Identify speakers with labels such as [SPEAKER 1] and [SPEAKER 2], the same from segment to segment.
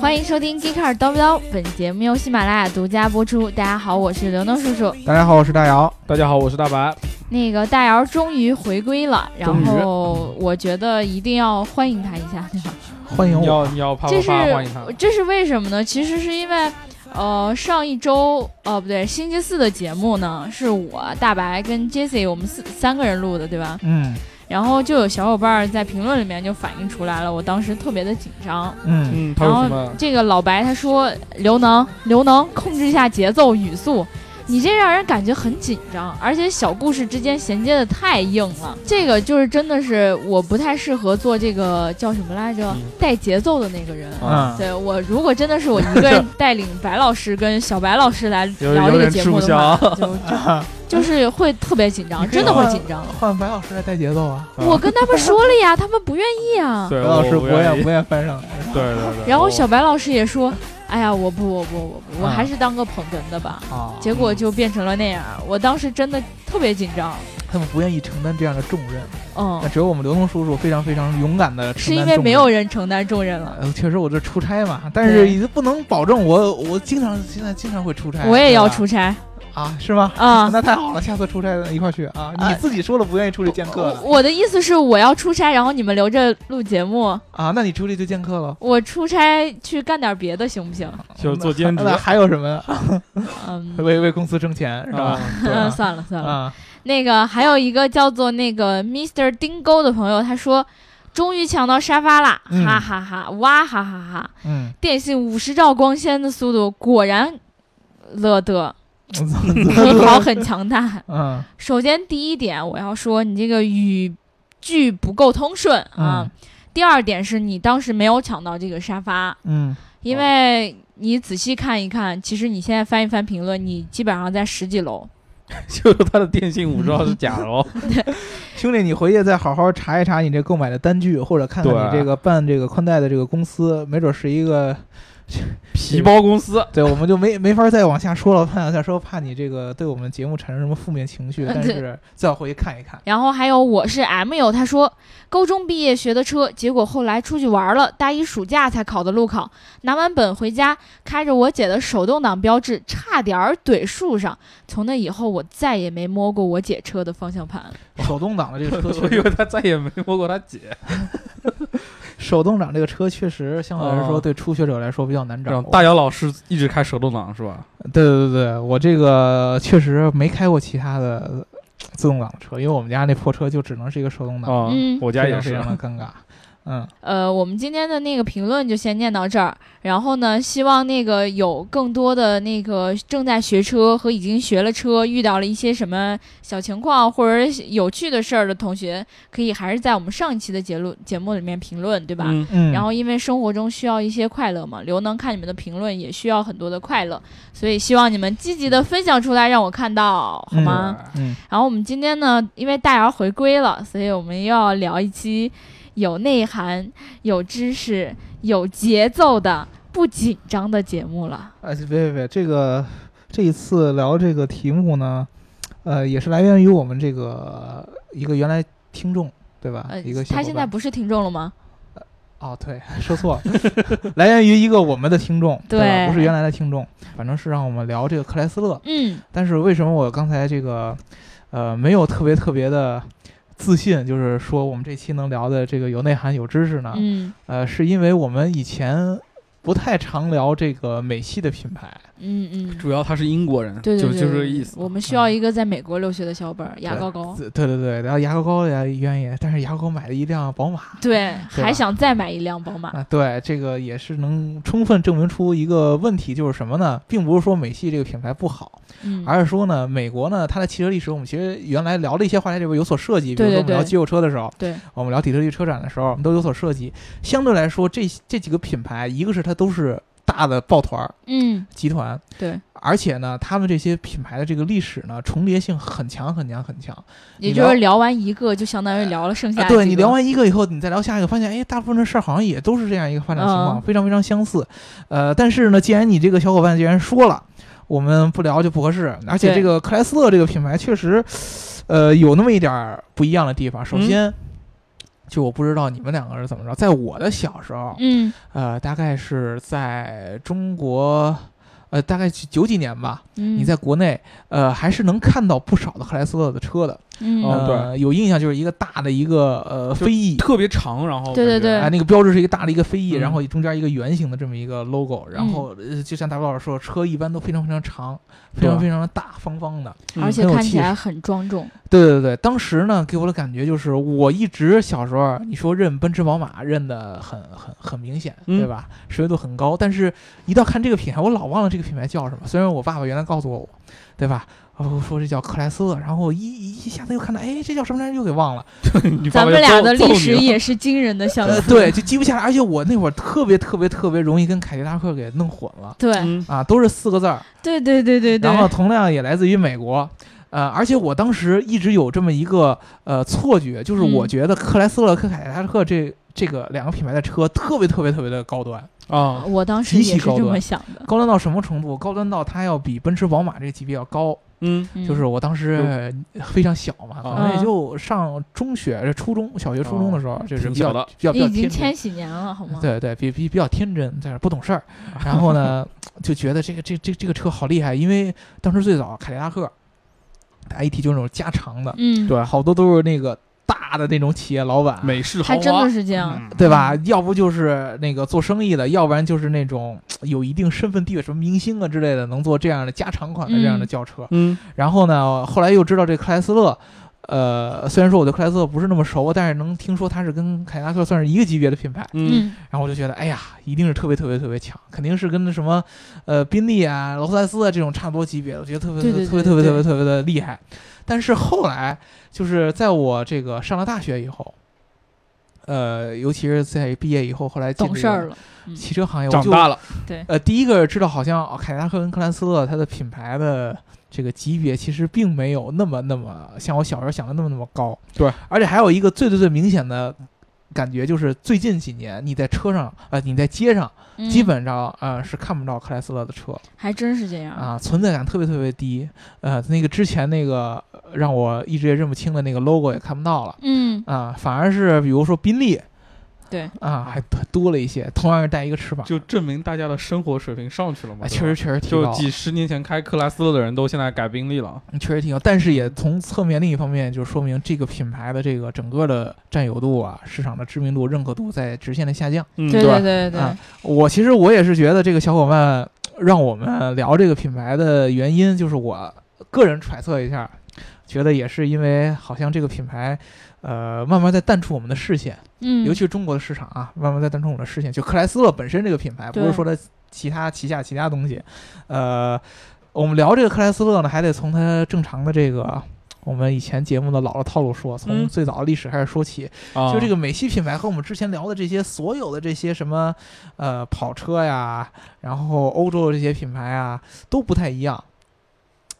[SPEAKER 1] 欢迎收听《Geeker 叨不叨》，本节目由喜马拉雅独家播出。大家好，我是刘能叔叔。
[SPEAKER 2] 大家好，我是大姚。
[SPEAKER 3] 大家好，我是大白。
[SPEAKER 1] 那个大姚终于回归了，然
[SPEAKER 3] 终于
[SPEAKER 1] 后我觉得一定要欢迎他一下，对吧？
[SPEAKER 2] 欢迎我，
[SPEAKER 3] 你要你要啪
[SPEAKER 1] 这
[SPEAKER 3] 啪
[SPEAKER 1] 是
[SPEAKER 3] 啪欢迎他。
[SPEAKER 1] 这是为什么呢？其实是因为，呃，上一周，呃，不对，星期四的节目呢，是我大白跟 Jesse 我们四三个人录的，对吧？
[SPEAKER 2] 嗯
[SPEAKER 1] 然后就有小伙伴在评论里面就反映出来了，我当时特别的紧张。
[SPEAKER 2] 嗯，
[SPEAKER 3] 嗯，他
[SPEAKER 1] 然
[SPEAKER 3] 有
[SPEAKER 1] 后
[SPEAKER 3] 什么？
[SPEAKER 1] 这个老白他说：“刘能，刘能，控制一下节奏语速。”你这让人感觉很紧张，而且小故事之间衔接的太硬了。这个就是真的是我不太适合做这个叫什么来着
[SPEAKER 3] 嗯，
[SPEAKER 1] 带节奏的那个人。
[SPEAKER 2] 嗯，
[SPEAKER 3] 啊
[SPEAKER 1] 对我，如果真的是我一个人带领白老师跟小白老师来
[SPEAKER 3] 有
[SPEAKER 1] 聊这
[SPEAKER 3] 有
[SPEAKER 1] 个
[SPEAKER 3] 点
[SPEAKER 1] 节
[SPEAKER 3] 吃
[SPEAKER 1] 目
[SPEAKER 3] 不
[SPEAKER 1] 的话，
[SPEAKER 3] 消。
[SPEAKER 1] 就就就是会特别紧 张，
[SPEAKER 2] 你可以
[SPEAKER 1] 真的会
[SPEAKER 2] 换
[SPEAKER 1] 紧张。
[SPEAKER 2] 换白老师来带节奏啊。
[SPEAKER 3] 啊
[SPEAKER 1] 我跟他们说了呀，他们不愿意 啊。
[SPEAKER 3] 对
[SPEAKER 2] 白老师
[SPEAKER 3] 我
[SPEAKER 2] 不
[SPEAKER 3] 愿
[SPEAKER 2] 愿
[SPEAKER 3] 意
[SPEAKER 2] 不愿翻上来，
[SPEAKER 3] 对对对。
[SPEAKER 1] 然后
[SPEAKER 3] 我
[SPEAKER 1] 小白老师也说：“
[SPEAKER 2] 哦
[SPEAKER 1] 哎呀，我不，我不，我不，我还是当个捧哏的吧。”
[SPEAKER 2] 啊，
[SPEAKER 1] 结果就变成了那样。我当时真的特别紧张，
[SPEAKER 2] 他们不愿意承担这样的重任，
[SPEAKER 1] 嗯
[SPEAKER 2] 那，只有我们刘东叔叔非常非常勇敢的
[SPEAKER 1] 是因为没有人承担重任了。
[SPEAKER 2] 呃，确实我这出差嘛，但是也不能保证我，我经常现在经常会出差，
[SPEAKER 1] 我也
[SPEAKER 2] 哎对吧
[SPEAKER 1] 要出差
[SPEAKER 2] 啊，是吗？
[SPEAKER 1] 啊！
[SPEAKER 2] 那太好了，下次出差一块儿去啊！
[SPEAKER 1] 啊
[SPEAKER 2] 你自己说了不愿意出去见客
[SPEAKER 1] 我
[SPEAKER 2] 了
[SPEAKER 1] 我的意思是，我要出差，然后你们留着录节目。
[SPEAKER 2] 啊，那你出去就见客了，
[SPEAKER 1] 我出差去干点别的行不行？
[SPEAKER 3] 就是做兼职
[SPEAKER 2] 那 还有什么呀？
[SPEAKER 1] 嗯，
[SPEAKER 2] 为为公司挣钱是吧
[SPEAKER 3] 啊？
[SPEAKER 2] 对
[SPEAKER 1] 嗯，
[SPEAKER 2] 啊
[SPEAKER 1] 算了算了。
[SPEAKER 2] 啊，
[SPEAKER 1] 那个还有一个叫做那个 Mr. 丁沟的朋友，他说。终于抢到沙发啦！
[SPEAKER 2] 嗯
[SPEAKER 1] 哈哈哈，哇哈哈哈！
[SPEAKER 2] 嗯，
[SPEAKER 1] 电信五十兆光纤的速度果然乐得土豪很强大。
[SPEAKER 2] 嗯
[SPEAKER 1] 首先，第一点，我要说你这个语句不够通顺啊。
[SPEAKER 2] 嗯
[SPEAKER 1] 第二点是你当时没有抢到这个沙发，
[SPEAKER 2] 嗯
[SPEAKER 1] 因为你仔细看一看，其实你现在翻一翻评论，你基本上在十几楼。
[SPEAKER 3] 就是他的电信五十号是假的 哦。
[SPEAKER 2] 兄弟，你回去再好好查一查你这购买的单据，或者看看你
[SPEAKER 3] 对
[SPEAKER 2] 这个办这个宽带的这个公司，没准是一个。
[SPEAKER 3] 皮包公司，
[SPEAKER 2] 对，我们就没 没法再往下说了，怕往下说，怕你这个对我们节目产生什么负面情绪。
[SPEAKER 1] 嗯
[SPEAKER 2] 但
[SPEAKER 1] 对
[SPEAKER 2] 是最好回去看一 看。
[SPEAKER 1] 然后还有我是 M 友，他说高中毕业学的车，结果后来出去玩了，大一暑假才考的路考，拿完本回家，开着我姐的手动挡标志，差点儿怼树上。从那以后，我再也没摸过我姐车的方向盘。
[SPEAKER 2] 手动挡的这个车
[SPEAKER 3] 我
[SPEAKER 2] 确
[SPEAKER 3] 以
[SPEAKER 2] 实，
[SPEAKER 3] 为他再也没摸过他姐，
[SPEAKER 2] 手动挡这个车确实相对来说
[SPEAKER 3] 哦
[SPEAKER 2] 对初学者来说比较难掌
[SPEAKER 3] 让
[SPEAKER 2] 握。
[SPEAKER 3] 大姚老师一直开手动挡是吧？
[SPEAKER 2] 对对对，我这个确实没开过其他的自动挡的车，因为我们家那破车就只能是一个手动挡，
[SPEAKER 3] 啊
[SPEAKER 1] 嗯，
[SPEAKER 3] 我家
[SPEAKER 2] 非
[SPEAKER 3] 也
[SPEAKER 2] 常非
[SPEAKER 3] 是。
[SPEAKER 2] 常的尴尬。嗯，
[SPEAKER 1] 呃，我们今天的那个评论就先念到这儿。然后呢，希望那个有更多的那个正在学车和已经学了车，遇到了一些什么小情况或者有趣的事儿的同学，可以还是在我们上一期的节目节目里面评论，对吧？
[SPEAKER 3] 嗯，
[SPEAKER 2] 嗯，
[SPEAKER 1] 然后，因为生活中需要一些快乐嘛，刘能看你们的评论也需要很多的快乐，所以希望你们积极的分享出来，让我看到，好吗？
[SPEAKER 2] 嗯，
[SPEAKER 1] 然后我们今天呢，因为大姚回归了，所以我们又要聊一期有内涵、有知识、有节奏的、不紧张的节目了。
[SPEAKER 2] 啊，别别别，这个这一次聊这个题目呢，呃，也是来源于我们这个一个原来听众。对吧？
[SPEAKER 1] 呃
[SPEAKER 2] 啊一个，
[SPEAKER 1] 他
[SPEAKER 2] 小伙
[SPEAKER 1] 现在
[SPEAKER 2] 伴
[SPEAKER 1] 不是听众了吗？
[SPEAKER 2] 哦，对，说错了， 来源于一个我们的听众，对吧
[SPEAKER 1] 对
[SPEAKER 2] 不是原来的听众，反正是让我们聊这个克莱斯勒。
[SPEAKER 1] 嗯，
[SPEAKER 2] 但是为什么我刚才这个，呃，没有特别特别的自信，就是说我们这期能聊的这个有内涵、有知识呢？
[SPEAKER 1] 嗯
[SPEAKER 2] 呃，是因为我们以前不太常聊这个美系的品牌，
[SPEAKER 1] 嗯 嗯，
[SPEAKER 3] 主要他是英国人，
[SPEAKER 1] 对对
[SPEAKER 3] 就
[SPEAKER 1] 对，
[SPEAKER 3] 就这个
[SPEAKER 1] 对
[SPEAKER 3] 意思。
[SPEAKER 1] 我们需要一个在美国留学的小本儿，牙
[SPEAKER 2] 对
[SPEAKER 1] 膏膏。
[SPEAKER 2] 对对对，然后牙膏膏也愿意，但是牙膏膏买了一辆宝马。
[SPEAKER 1] 对，
[SPEAKER 2] 对
[SPEAKER 1] 还
[SPEAKER 2] 吧
[SPEAKER 1] 想再买一辆宝马。
[SPEAKER 2] 啊，对，这个也是能充分证明出一个问题，就是什么呢？并不是说美系这个品牌不好，
[SPEAKER 1] 嗯，
[SPEAKER 2] 而是说呢，美国呢，它的汽车历史，我们其实原来聊的一些话题里边有所涉及，比
[SPEAKER 1] 对
[SPEAKER 2] 如
[SPEAKER 1] 对
[SPEAKER 2] 说我们聊
[SPEAKER 1] 对
[SPEAKER 2] 肌肉车的时候，
[SPEAKER 1] 对，
[SPEAKER 2] 我们聊底特律车展的时候，我们都有所涉及。相对来说，这这几个品牌，一个是它都是大的抱团儿
[SPEAKER 1] 嗯，
[SPEAKER 2] 集团，
[SPEAKER 1] 对，
[SPEAKER 2] 而且呢，他们这些品牌的这个历史呢，重叠性很强很强很强。
[SPEAKER 1] 也
[SPEAKER 2] 你
[SPEAKER 1] 就
[SPEAKER 2] 聊
[SPEAKER 1] 是聊完一个，就相当于聊了剩下
[SPEAKER 2] 啊、
[SPEAKER 1] 几个。
[SPEAKER 2] 对你聊完一个以后，你再聊下一个，发现哎，大部分的事儿好像也都是这样一个发展情况，
[SPEAKER 1] 嗯
[SPEAKER 2] 非常非常相似。呃，但是呢，既然你这个小伙伴既然说了，我们不聊就不合适。而且
[SPEAKER 1] 对
[SPEAKER 2] 这个克莱斯
[SPEAKER 1] 嗯
[SPEAKER 2] 勒这个品牌确实，呃，有那么一点儿不一样的地方。首先，就我不知道你们两个是怎么着，在我的小时候，
[SPEAKER 1] 嗯
[SPEAKER 2] 呃，大概是在中国，呃，大概九几年吧，
[SPEAKER 1] 嗯，
[SPEAKER 2] 你在国内，呃，还是能看到不少的克莱斯勒的车的。
[SPEAKER 1] 嗯
[SPEAKER 3] 哦
[SPEAKER 2] 呃，有印象就是一个大的一个呃
[SPEAKER 3] 就
[SPEAKER 2] 飞翼，
[SPEAKER 3] 特别长，然后
[SPEAKER 1] 对对对
[SPEAKER 3] 感觉
[SPEAKER 2] 啊，那个标志是一个大的一个飞翼，
[SPEAKER 3] 嗯
[SPEAKER 2] 然后中间一个圆形的这么一个 logo，然后呃就像大高老师说，车一般都非常非常长，非常
[SPEAKER 3] 对
[SPEAKER 2] 非常的大，方方的。
[SPEAKER 3] 嗯
[SPEAKER 1] 而且
[SPEAKER 2] 很有
[SPEAKER 1] 看
[SPEAKER 2] 气
[SPEAKER 1] 起来很庄重，
[SPEAKER 2] 对对对，当时呢给我的感觉就是，我一直小时候你说认奔驰、宝马认的很很很明显，
[SPEAKER 3] 嗯
[SPEAKER 2] 对吧？识别度很高，但是一到看这个品牌，我老忘了这个品牌叫什么。虽然我爸爸原来告诉过我，对吧？我说这叫克莱斯勒，然后我一一一下子又看到，哎，这叫什么来着？又给忘了。
[SPEAKER 3] 你爸
[SPEAKER 1] 咱
[SPEAKER 3] 爸
[SPEAKER 1] 们
[SPEAKER 3] 就
[SPEAKER 1] 俩
[SPEAKER 3] 揍
[SPEAKER 1] 的
[SPEAKER 3] 揍
[SPEAKER 1] 历
[SPEAKER 3] 你啊
[SPEAKER 1] 史
[SPEAKER 3] 了
[SPEAKER 1] 也是惊人的相
[SPEAKER 2] 呃，
[SPEAKER 1] 似。
[SPEAKER 2] 对，就记不下来。而且我那会儿特别特别特别容易跟凯迪拉克给弄混了
[SPEAKER 1] 对
[SPEAKER 3] 嗯
[SPEAKER 2] 啊，都是四个字儿。
[SPEAKER 1] 对对对对对，
[SPEAKER 2] 然后同样也来自于美国，呃，而且我当时一直有这么一个呃错觉，就是我
[SPEAKER 1] 嗯
[SPEAKER 2] 觉得克莱斯勒和凯迪拉克这这个两个品牌的车特别特别特别的高端，
[SPEAKER 3] 啊，
[SPEAKER 1] 我当时
[SPEAKER 2] 极
[SPEAKER 1] 也
[SPEAKER 2] 其
[SPEAKER 1] 是
[SPEAKER 2] 高
[SPEAKER 1] 这么
[SPEAKER 2] 端
[SPEAKER 1] 想的，
[SPEAKER 2] 高端到什么程度？高端到它要比奔驰、宝马这个级别要高。
[SPEAKER 3] 嗯
[SPEAKER 1] 嗯
[SPEAKER 2] 就是我当时非常小嘛，
[SPEAKER 3] 啊
[SPEAKER 2] 可能
[SPEAKER 1] 嗯
[SPEAKER 2] 也就上中学、初中小学、初中的时候，就是
[SPEAKER 3] 挺
[SPEAKER 2] 比较
[SPEAKER 3] 小的
[SPEAKER 2] 比较比
[SPEAKER 1] 你
[SPEAKER 2] 较
[SPEAKER 1] 已经
[SPEAKER 2] 天真嗯
[SPEAKER 1] 千禧年了，好吗？
[SPEAKER 2] 对对，比比比较天真，但是不懂事 儿。然后呢，就觉得这个这这这个车好厉害，因为当时最早凯迪拉克，大家一提就是那种加长的，
[SPEAKER 1] 嗯，
[SPEAKER 3] 对，
[SPEAKER 2] 好多都是那个大的那种企业老板，
[SPEAKER 3] 美式豪华，
[SPEAKER 1] 还真的是这样。
[SPEAKER 3] 嗯
[SPEAKER 2] 对吧？要不就是那个做生意的，要不然就是那种有一定身份地位，什么明星啊之类的，能做这样的加长款的这样的
[SPEAKER 1] 嗯
[SPEAKER 2] 轿车。
[SPEAKER 3] 嗯
[SPEAKER 2] 然后呢，后来又知道这克莱斯勒。呃，虽然说我对克莱斯勒不是那么熟，但是能听说它是跟凯迪拉克算是一个级别的品牌，
[SPEAKER 3] 嗯
[SPEAKER 1] 嗯，
[SPEAKER 2] 然后我就觉得，哎呀，一定是特别特别特别强，肯定是跟那什么，呃，宾利啊、劳斯莱斯啊这种差不多级别的，我觉得特别
[SPEAKER 1] 对对
[SPEAKER 2] 特别
[SPEAKER 1] 对
[SPEAKER 2] 特别
[SPEAKER 1] 对
[SPEAKER 2] 特别特别的厉害。但是后来，就是在我这个上了大学以后，呃，尤其是在毕业以后，后来进
[SPEAKER 1] 懂事儿
[SPEAKER 2] 了
[SPEAKER 1] 了。嗯
[SPEAKER 2] 汽车行业，
[SPEAKER 3] 长
[SPEAKER 2] 我就
[SPEAKER 3] 大了，
[SPEAKER 2] 呃，第一个知道好像哦凯迪拉克跟克兰斯勒它的品牌的这个级别其实并没有那么那么像我小时候想的那么那么高。
[SPEAKER 3] 对，
[SPEAKER 2] 而且还有一个最最最明显的感觉就是最近几年你在车上呃你在街上
[SPEAKER 1] 嗯
[SPEAKER 2] 基本上呃是看不着克莱斯勒的车
[SPEAKER 1] 还真是这样。
[SPEAKER 2] 啊，存在感特别特别低。呃，那个之前那个呃让我一直也认不清的那个 logo 也看不到了。
[SPEAKER 1] 嗯，
[SPEAKER 2] 啊，反而是比如说宾利，
[SPEAKER 1] 对
[SPEAKER 2] 啊，还多多了一些，同样是带一个翅膀，
[SPEAKER 3] 就证明大家的生活水平上去了嘛。
[SPEAKER 2] 啊
[SPEAKER 3] 对
[SPEAKER 2] 确
[SPEAKER 3] 吧
[SPEAKER 2] 实确实提高
[SPEAKER 3] 就
[SPEAKER 2] 了。
[SPEAKER 3] 几十年前开克莱斯勒的人都现在改宾利了。
[SPEAKER 2] 确实挺好，但是也从侧面另一方面，就说明这个品牌的这个整个的占有度啊、市场的知名度、认可度在直线的下降。
[SPEAKER 3] 嗯，
[SPEAKER 1] 对
[SPEAKER 3] 吧
[SPEAKER 1] 对对对，
[SPEAKER 2] 啊我其实我也是觉得这个小伙伴让我们聊这个品牌的原因，就是我个人揣测一下，觉得也是因为好像这个品牌，呃，慢慢在淡出我们的视线，
[SPEAKER 1] 嗯，
[SPEAKER 2] 尤其是中国的市场啊，慢慢在淡出我们的视线。就克莱斯勒本身这个品牌，不
[SPEAKER 1] 对
[SPEAKER 2] 是说它其他旗下其他东西，呃，我们聊这个克莱斯勒呢，还得从它正常的这个。我们以前节目的老的套路说，从
[SPEAKER 3] 嗯
[SPEAKER 2] 最早的历史开始说起，
[SPEAKER 3] 啊，
[SPEAKER 2] 就这个美系品牌和我们之前聊的这些所有的这些什么，呃，跑车呀，然后欧洲的这些品牌啊，都不太一样。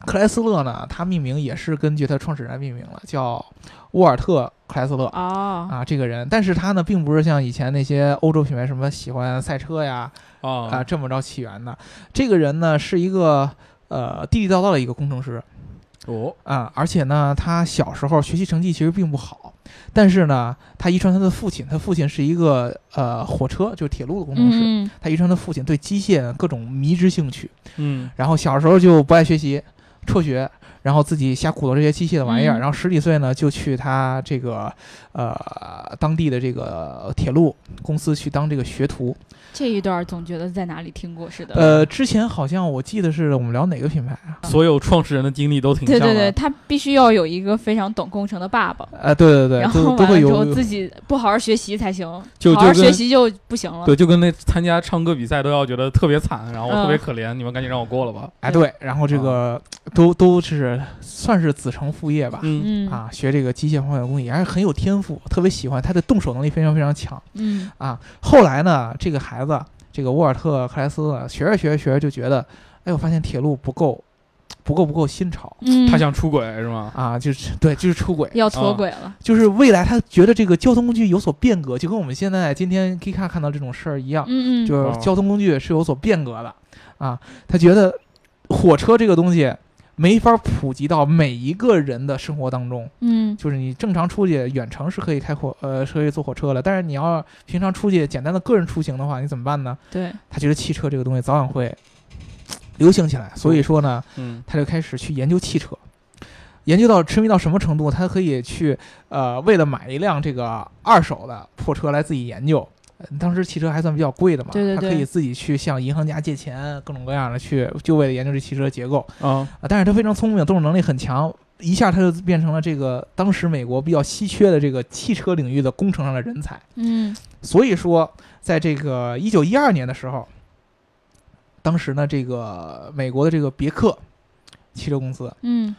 [SPEAKER 2] 克莱斯勒呢，它命名也是根据它创始人命名了，叫沃尔特·克莱斯勒
[SPEAKER 1] 哦，
[SPEAKER 2] 啊，这个人。但是他呢，并不是像以前那些欧洲品牌什么喜欢赛车呀啊、
[SPEAKER 3] 啊，
[SPEAKER 2] 这么着起源的。这个人呢，是一个呃地地道道的一个工程师，
[SPEAKER 3] 哦，
[SPEAKER 2] 啊，而且呢，他小时候学习成绩其实并不好，但是呢，他遗传他的父亲，他父亲是一个呃火车，就是铁路的工程师，
[SPEAKER 1] 嗯嗯
[SPEAKER 2] 他遗传他父亲对机械各种迷之兴趣，
[SPEAKER 3] 嗯，
[SPEAKER 2] 然后小时候就不爱学习，辍学，然后自己瞎鼓捣这些机械的玩意儿，
[SPEAKER 1] 嗯
[SPEAKER 2] 然后十几岁呢就去他这个呃当地的这个铁路公司去当这个学徒，
[SPEAKER 1] 这一段总觉得在哪里听过似的。
[SPEAKER 2] 呃，之前好像我记得是我们聊哪个品牌啊？
[SPEAKER 3] 所有创始人的经历都挺
[SPEAKER 1] 对
[SPEAKER 3] 像的。
[SPEAKER 1] 对对，他必须要有一个非常懂工程的爸爸，
[SPEAKER 2] 呃，对对对，
[SPEAKER 1] 然后
[SPEAKER 2] 都都
[SPEAKER 1] 完了
[SPEAKER 2] 会
[SPEAKER 1] 之
[SPEAKER 2] 有
[SPEAKER 1] 后自己不好好学习才行，
[SPEAKER 3] 就
[SPEAKER 1] 好好
[SPEAKER 3] 就
[SPEAKER 1] 学
[SPEAKER 3] 跟
[SPEAKER 1] 习就不行了。
[SPEAKER 3] 对，就跟那参加唱歌比赛都要觉得特别惨，然后我特别
[SPEAKER 1] 嗯
[SPEAKER 3] 可怜，你们赶紧让我过了吧。
[SPEAKER 2] 哎，对，然后这
[SPEAKER 1] 哦
[SPEAKER 2] 个都都是算是子承父业吧，
[SPEAKER 3] 嗯，
[SPEAKER 1] 嗯
[SPEAKER 2] 啊，学这个机械方面的工艺，还是很有天赋，特别喜欢，他的动手能力非常非常强
[SPEAKER 1] 嗯
[SPEAKER 2] 啊。后来呢，这个孩子，这个沃尔特克莱斯呢，学着学着学着就觉得，哎，我发现铁路不够，不够不够新潮
[SPEAKER 1] 嗯，
[SPEAKER 3] 他想出轨是吗？
[SPEAKER 2] 啊，就是对，就是出轨，
[SPEAKER 1] 要脱
[SPEAKER 3] 啊
[SPEAKER 1] 轨了。
[SPEAKER 2] 就是未来他觉得这个交通工具有所变革，就跟我们现在今天 Kika 看到这种事儿一样，
[SPEAKER 1] 嗯嗯，
[SPEAKER 2] 啊就是
[SPEAKER 3] 哦
[SPEAKER 2] 交通工具是有所变革的啊。他觉得火车这个东西没法普及到每一个人的生活当中。
[SPEAKER 1] 嗯
[SPEAKER 2] 就是你正常出去远程是可以开火，呃，是可以坐火车的，但是你要平常出去简单的个人出行的话，你怎么办呢？
[SPEAKER 1] 对，
[SPEAKER 2] 他觉得汽车这个东西早晚会流行起来，所以说呢，
[SPEAKER 3] 嗯
[SPEAKER 2] 他就开始去研究汽车，研究到痴迷到什么程度，他可以去呃，为了买一辆这个二手的破车来自己研究。呃当时汽车还算比较贵的嘛，
[SPEAKER 1] 对对
[SPEAKER 2] 他可
[SPEAKER 1] 对
[SPEAKER 2] 以自己去向银行家借钱，各种各样的去，就为了研究这汽车的结构
[SPEAKER 3] 啊
[SPEAKER 2] 啊。但是他非常聪明，动手能力很强，一下他就变成了这个当时美国比较稀缺的这个汽车领域的工程上的人才。
[SPEAKER 1] 嗯
[SPEAKER 2] 所以说，在这个一九一二年的时候，当时呢，这个美国的这个别克汽车公司
[SPEAKER 1] 嗯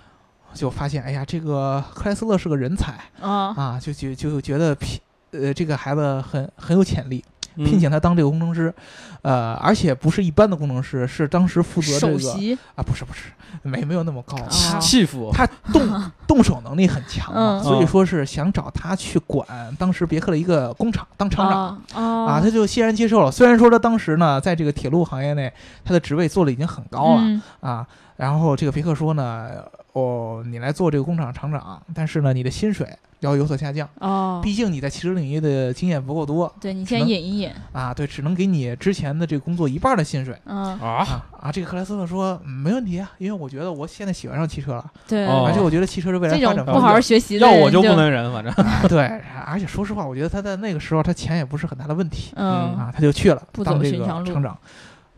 [SPEAKER 2] 就发现，哎呀，这个克莱斯勒是个人才
[SPEAKER 1] 啊
[SPEAKER 2] 啊，就就就觉得聘呃这个孩子很很有潜力，
[SPEAKER 3] 嗯
[SPEAKER 2] 聘请他当这个工程师，呃，而且不是一般的工程师，是当时负责这
[SPEAKER 1] 首
[SPEAKER 2] 个
[SPEAKER 1] 席，
[SPEAKER 2] 啊，不是不是，没没有那么高，
[SPEAKER 1] 啊
[SPEAKER 2] 他
[SPEAKER 3] 气服
[SPEAKER 2] 他动动手能力很强嘛，
[SPEAKER 1] 嗯
[SPEAKER 2] 所以说是想找他去管当时别克的一个工厂当厂长。
[SPEAKER 1] 啊啊
[SPEAKER 2] 啊，他就欣然接受了。虽然说他当时呢，在这个铁路行业内，他的职位做的已经很高了、
[SPEAKER 1] 嗯
[SPEAKER 2] 啊。然后这个别克说呢，哦，你来做这个工厂厂长，但是呢，你的薪水要有所下降，
[SPEAKER 1] 哦，
[SPEAKER 2] 毕竟你在汽车领域的经验不够多
[SPEAKER 1] 对你
[SPEAKER 2] 只
[SPEAKER 1] 先
[SPEAKER 2] 能
[SPEAKER 1] 引一引，
[SPEAKER 2] 啊。对，只能给你之前的这个工作一半的薪水
[SPEAKER 1] 嗯，
[SPEAKER 3] 啊，
[SPEAKER 2] 啊啊。这个克莱斯勒说、嗯没问题啊，因为我觉得我现在喜欢上汽车了，
[SPEAKER 1] 对，
[SPEAKER 3] 哦
[SPEAKER 2] 而且我觉得汽车是未来
[SPEAKER 1] 这
[SPEAKER 2] 发
[SPEAKER 1] 种
[SPEAKER 2] 展
[SPEAKER 1] 不
[SPEAKER 2] 方
[SPEAKER 1] 好好
[SPEAKER 2] 向
[SPEAKER 1] 学习的
[SPEAKER 3] 要
[SPEAKER 1] 人
[SPEAKER 3] 我就不能忍，反正
[SPEAKER 2] 啊对，而且说实话，我觉得他在那个时候他钱也不是很大的问题
[SPEAKER 1] 嗯
[SPEAKER 2] 啊，他就去了
[SPEAKER 1] 不走
[SPEAKER 2] 当这
[SPEAKER 1] 寻
[SPEAKER 2] 个
[SPEAKER 1] 常路
[SPEAKER 2] 厂长。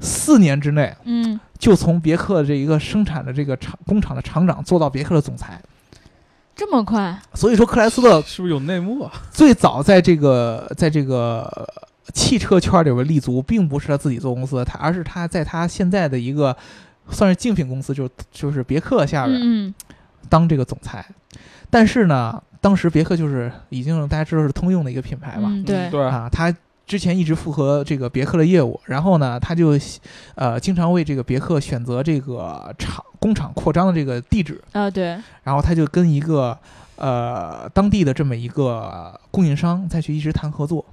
[SPEAKER 2] 四年之内，
[SPEAKER 1] 嗯，
[SPEAKER 2] 就从别克的这一个生产的这个厂工厂的厂长做到别克的总裁。
[SPEAKER 1] 这么快，
[SPEAKER 2] 所以说，克莱斯勒
[SPEAKER 3] 是不是有内幕啊？
[SPEAKER 2] 最早在这个在这个呃汽车圈里边立足，并不是他自己做公司，他而是他在他现在的一个算是竞品公司，就就是别克下边
[SPEAKER 1] 嗯
[SPEAKER 2] 当这个总裁。但是呢，当时别克就是已经大家知道是通用的一个品牌嘛，
[SPEAKER 1] 嗯，对，
[SPEAKER 3] 对，
[SPEAKER 2] 啊，他之前一直复合这个别克的业务，然后呢，他就呃经常为这个别克选择这个厂工厂扩张的这个地址，
[SPEAKER 1] 啊对，
[SPEAKER 2] 然后他就跟一个呃当地的这么一个供应商再去一直谈合作，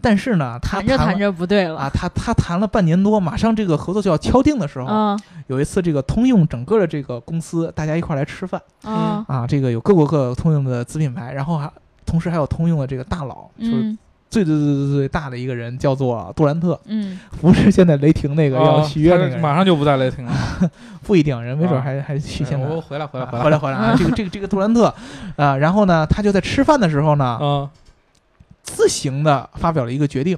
[SPEAKER 2] 但是呢，他
[SPEAKER 1] 谈着
[SPEAKER 2] 谈
[SPEAKER 1] 谈
[SPEAKER 2] 了
[SPEAKER 1] 着不对了
[SPEAKER 2] 啊，，他他谈了半年多，马上这个合作就要敲定的时候，
[SPEAKER 1] 嗯
[SPEAKER 2] 有一次这个通用整个的这个公司大家一块儿来吃饭
[SPEAKER 1] 嗯
[SPEAKER 2] 啊，这个有各国各通用的子品牌，然后还同时还有通用的这个大佬，就是
[SPEAKER 1] 嗯
[SPEAKER 2] 最最最最最大的一个人叫做杜兰特，
[SPEAKER 1] 嗯
[SPEAKER 2] 不是现在雷霆那
[SPEAKER 1] 哦
[SPEAKER 2] 个要
[SPEAKER 3] 啊
[SPEAKER 2] 续约
[SPEAKER 3] 他
[SPEAKER 2] 那个人，
[SPEAKER 3] 马上就不在雷霆了。
[SPEAKER 2] 不一定，人没准
[SPEAKER 3] 啊
[SPEAKER 1] 哦
[SPEAKER 2] 还、还续
[SPEAKER 3] 哎
[SPEAKER 1] 嗯
[SPEAKER 2] 签呢。
[SPEAKER 3] 我回来 回来
[SPEAKER 2] 啊
[SPEAKER 3] 回
[SPEAKER 2] 回
[SPEAKER 3] 来
[SPEAKER 2] 来回来啊！这个这个这个杜兰特，啊，然后呢，他就在吃饭的时候呢，
[SPEAKER 3] 啊！
[SPEAKER 2] 自行的发表了一个决定，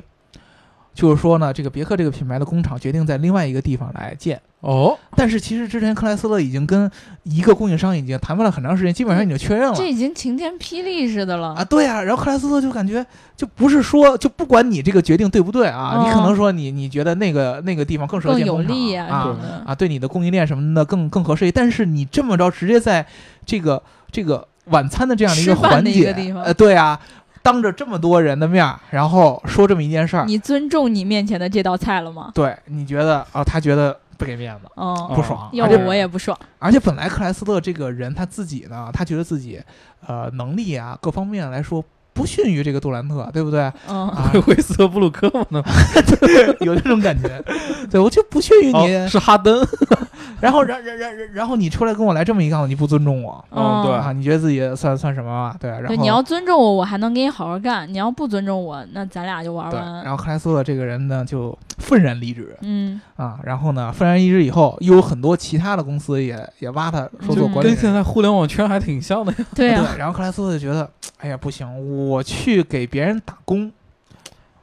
[SPEAKER 2] 就是说呢，这个别克这个品牌的工厂决定在另外一个地方来建。
[SPEAKER 3] 哦，
[SPEAKER 2] 但是其实之前克莱斯勒已经跟一个供应商已经谈判了很长时间，基本上已经确认了。
[SPEAKER 1] 这已经晴天霹雳似的了
[SPEAKER 2] 嗯啊，对啊，然后克莱斯勒就感觉就不是说就不管你这个决定对不对啊，你可
[SPEAKER 1] 哦
[SPEAKER 2] 能说你你觉得那个那个地方更适合
[SPEAKER 1] 更
[SPEAKER 2] 建
[SPEAKER 1] 有
[SPEAKER 2] 工厂
[SPEAKER 1] 利
[SPEAKER 2] 啊
[SPEAKER 1] 什
[SPEAKER 2] 啊
[SPEAKER 1] 么的，
[SPEAKER 2] 啊，对你的供应链什么的更更合适，但是你这么着直接在这个这个晚餐的这样的一
[SPEAKER 1] 吃
[SPEAKER 2] 个
[SPEAKER 1] 饭
[SPEAKER 2] 环
[SPEAKER 1] 的一
[SPEAKER 2] 节
[SPEAKER 1] 个地，方
[SPEAKER 2] 呃，对啊，当着这么多人的面儿，然后说这么一件事儿，
[SPEAKER 1] 你尊重你面前的这道菜了吗？
[SPEAKER 2] 对你觉得啊，他觉得不给面子。
[SPEAKER 1] 嗯，
[SPEAKER 2] 不
[SPEAKER 3] 啊
[SPEAKER 2] 爽
[SPEAKER 1] 要
[SPEAKER 2] 而且
[SPEAKER 1] 我我也不爽，
[SPEAKER 2] 而且本来克莱斯勒这个人他自己呢，他觉得自己呃能力啊各方面来说不逊于这个杜兰特，对不对？
[SPEAKER 1] 嗯
[SPEAKER 2] 啊，
[SPEAKER 3] 会灰色布鲁克吗？哦那
[SPEAKER 2] 有这种感觉。 对，我就不逊于你。
[SPEAKER 3] 哦是哈登。
[SPEAKER 2] 然后，然然然然，然后你出来跟我来这么一杠，你不尊重我
[SPEAKER 3] 嗯，对
[SPEAKER 2] 啊？你觉得自己算算什么啊？对，然后
[SPEAKER 1] 哦对，你要尊重我，我还能给你好好干；你要不尊重我，那咱俩就玩
[SPEAKER 2] 对，
[SPEAKER 1] 完。
[SPEAKER 2] 然后克莱斯勒这个人呢就愤然离职
[SPEAKER 1] 嗯，
[SPEAKER 2] 啊，然后呢愤然离职以后，又有很多其他的公司也也挖他说做
[SPEAKER 1] 嗯
[SPEAKER 2] 管理
[SPEAKER 3] 跟
[SPEAKER 2] 人员
[SPEAKER 3] 现。在互联网圈还挺像的呀。
[SPEAKER 1] 对
[SPEAKER 2] 啊
[SPEAKER 1] 啊，
[SPEAKER 2] 对，然后克莱斯勒就觉得，哎呀，不行，我去给别人打工，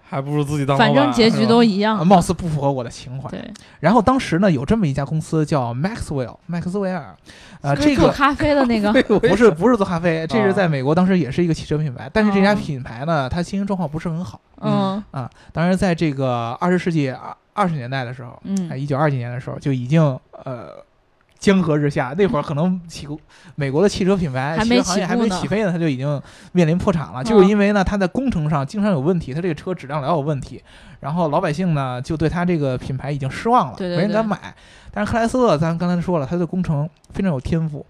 [SPEAKER 3] 还不如自己当老
[SPEAKER 1] 反
[SPEAKER 3] 板。
[SPEAKER 1] 正结局
[SPEAKER 3] 是吧
[SPEAKER 1] 都一
[SPEAKER 2] 啊，
[SPEAKER 1] 样。
[SPEAKER 2] 貌似不符合我的情怀。
[SPEAKER 1] 对，
[SPEAKER 2] 然后当时呢，有这么一家公司叫 Maxwell 麦克斯韦尔，呃，
[SPEAKER 1] 就是
[SPEAKER 2] 这
[SPEAKER 1] 做
[SPEAKER 2] 个
[SPEAKER 1] 咖啡的那 个，
[SPEAKER 3] 对，我也
[SPEAKER 2] 不是不是做咖啡，这
[SPEAKER 3] 啊
[SPEAKER 2] 是在美国当时也是一个汽车品牌，但是这家
[SPEAKER 1] 哦
[SPEAKER 2] 品牌呢，它经营状况不是很好
[SPEAKER 1] 嗯
[SPEAKER 2] 啊。当然，在这个二十世纪二二十年代的时候，哎，
[SPEAKER 1] 嗯，
[SPEAKER 2] 一九二几年的时候就已经呃江河日下，那会儿可能起美国的汽车品牌
[SPEAKER 1] 还
[SPEAKER 2] 汽
[SPEAKER 1] 没
[SPEAKER 2] 车行业
[SPEAKER 1] 起
[SPEAKER 2] 还
[SPEAKER 1] 步
[SPEAKER 2] 没
[SPEAKER 1] 呢
[SPEAKER 2] 起飞呢，它就已经面临破产
[SPEAKER 1] 嗯
[SPEAKER 2] 了，就是因为呢它在工程上经常有问题，它这个车质量老有问题，然后老百姓呢就对它这个品牌已经失望了，
[SPEAKER 1] 对对
[SPEAKER 2] 没人
[SPEAKER 1] 对
[SPEAKER 2] 敢买。但是克莱斯勒，咱刚才说了，他对工程非常有天赋。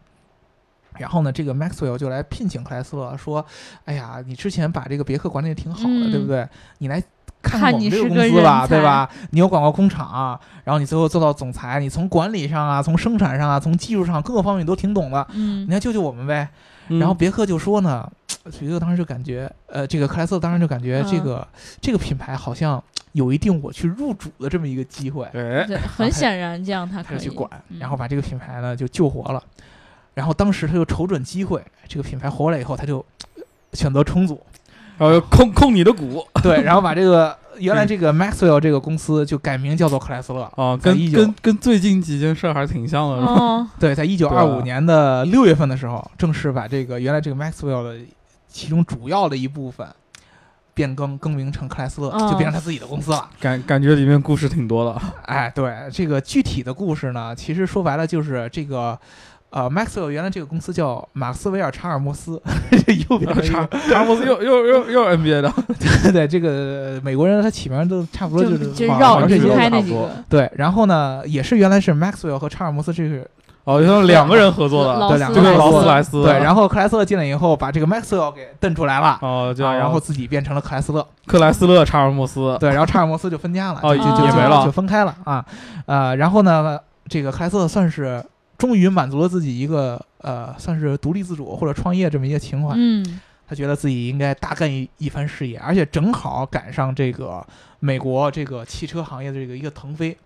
[SPEAKER 2] 然后呢，这个 Maxwell 就来聘请克莱斯勒，说：“哎呀，你之前把这个别克管理的挺好的，
[SPEAKER 1] 嗯
[SPEAKER 2] 对不对？你来看
[SPEAKER 1] 看你
[SPEAKER 2] 你这
[SPEAKER 1] 是个
[SPEAKER 2] 个公司
[SPEAKER 1] 人
[SPEAKER 2] 吧，对
[SPEAKER 1] 才
[SPEAKER 2] 吧？你有广告工厂，然后你最后做到总裁，你从管理上啊，从生产上啊，从技术上各个方面你都挺懂的，
[SPEAKER 1] 嗯
[SPEAKER 2] 你来救救我们呗。
[SPEAKER 3] 嗯
[SPEAKER 2] 然后别克就说呢，别克当时就感觉，呃，这个克莱斯勒当时就感觉这
[SPEAKER 1] 嗯
[SPEAKER 2] 个、这个品牌好像有一定我去入主的这么一个机会，
[SPEAKER 3] 哎，
[SPEAKER 1] 对很显然这样他
[SPEAKER 2] 他
[SPEAKER 1] 可
[SPEAKER 2] 就
[SPEAKER 1] 以
[SPEAKER 2] 去管，
[SPEAKER 1] 嗯
[SPEAKER 2] 然后把这个品牌呢就救活了。然后当时他就瞅准机会，这个品牌活了以后，他就呃选择重组，
[SPEAKER 3] 然后控控你的股
[SPEAKER 2] 对，然后把这个
[SPEAKER 1] 嗯
[SPEAKER 2] 原来这个 Maxwell 这个公司就改名叫做克莱斯勒，
[SPEAKER 3] 啊，
[SPEAKER 2] 在
[SPEAKER 3] 跟
[SPEAKER 2] 一九
[SPEAKER 3] 跟跟最近几件事儿还挺像的，是吧
[SPEAKER 1] 哦，
[SPEAKER 2] 对，在一九二五年的六月份的时候，正式把这个原来这个 Maxwell 的其中主要的一部分变更更名成克莱斯勒，
[SPEAKER 1] 嗯
[SPEAKER 2] 就变成他自己的公司了。
[SPEAKER 3] 感感觉里面故事挺多的。
[SPEAKER 2] 哎，对，这个具体的故事呢，其实说白了就是这个。呃，Maxwell 原来这个公司叫马克斯维尔查尔莫斯，这又
[SPEAKER 1] 哎
[SPEAKER 2] 变成一
[SPEAKER 3] 查
[SPEAKER 2] 个
[SPEAKER 3] 查尔莫斯又又又又 NBA 的，
[SPEAKER 2] 对这个美国人他起名都差不多
[SPEAKER 1] 就是就
[SPEAKER 2] 往
[SPEAKER 1] 绕
[SPEAKER 2] 往
[SPEAKER 1] 着
[SPEAKER 2] 这
[SPEAKER 1] 支
[SPEAKER 2] 些
[SPEAKER 1] 开
[SPEAKER 3] 差
[SPEAKER 1] 那
[SPEAKER 3] 不
[SPEAKER 1] 几
[SPEAKER 3] 多
[SPEAKER 1] 个
[SPEAKER 2] 对，然后呢，也是原来是 Maxwell 和查尔莫斯这个
[SPEAKER 3] 哦，就两个人合作的，
[SPEAKER 1] 劳
[SPEAKER 2] 对
[SPEAKER 1] 斯
[SPEAKER 2] 两
[SPEAKER 3] 就
[SPEAKER 2] 个
[SPEAKER 3] 跟
[SPEAKER 2] 人
[SPEAKER 1] 莱
[SPEAKER 3] 劳斯
[SPEAKER 2] 斯
[SPEAKER 3] 莱斯啊
[SPEAKER 2] 对，然后克莱斯勒进来以后，把这个 Maxwell 给蹬出来了，
[SPEAKER 3] 哦，叫
[SPEAKER 2] 啊，然后自己变成了克莱斯 勒，
[SPEAKER 3] 克莱斯勒、查尔莫斯，
[SPEAKER 2] 对，然后查尔摩斯就分家了，
[SPEAKER 3] 哦
[SPEAKER 2] 就就就
[SPEAKER 1] 也
[SPEAKER 2] 就
[SPEAKER 1] 没
[SPEAKER 3] 了
[SPEAKER 2] 就分开了啊，呃，然后呢，这个克莱斯勒算是终于满足了自己一个呃，算是独立自主或者创业这么一个情怀，
[SPEAKER 1] 嗯
[SPEAKER 2] 他觉得自己应该大干一一番事业，而且正好赶上这个美国这个汽车行业的这个一个腾飞，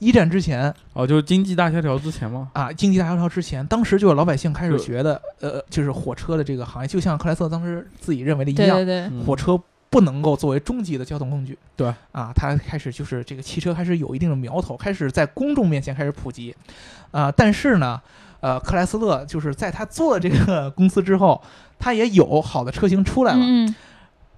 [SPEAKER 2] 一战之前
[SPEAKER 3] 哦，就是经济大萧条之前嘛，
[SPEAKER 2] 啊，经济大萧条之前，当时就有老百姓开始
[SPEAKER 3] 就
[SPEAKER 2] 觉得，呃，就是火车的这个行业，就像克莱斯勒当时自己认为的一
[SPEAKER 1] 对
[SPEAKER 2] 样，
[SPEAKER 1] 对对，
[SPEAKER 3] 嗯
[SPEAKER 2] 哎火车不能够作为终极的交通工具。
[SPEAKER 3] 对
[SPEAKER 2] 啊，它开始就是这个汽车开始有一定的苗头，开始在公众面前开始普及。呃，但是呢，呃，克莱斯勒就是在他做了这个公司之后，他也有好的车型出来了，
[SPEAKER 1] 嗯嗯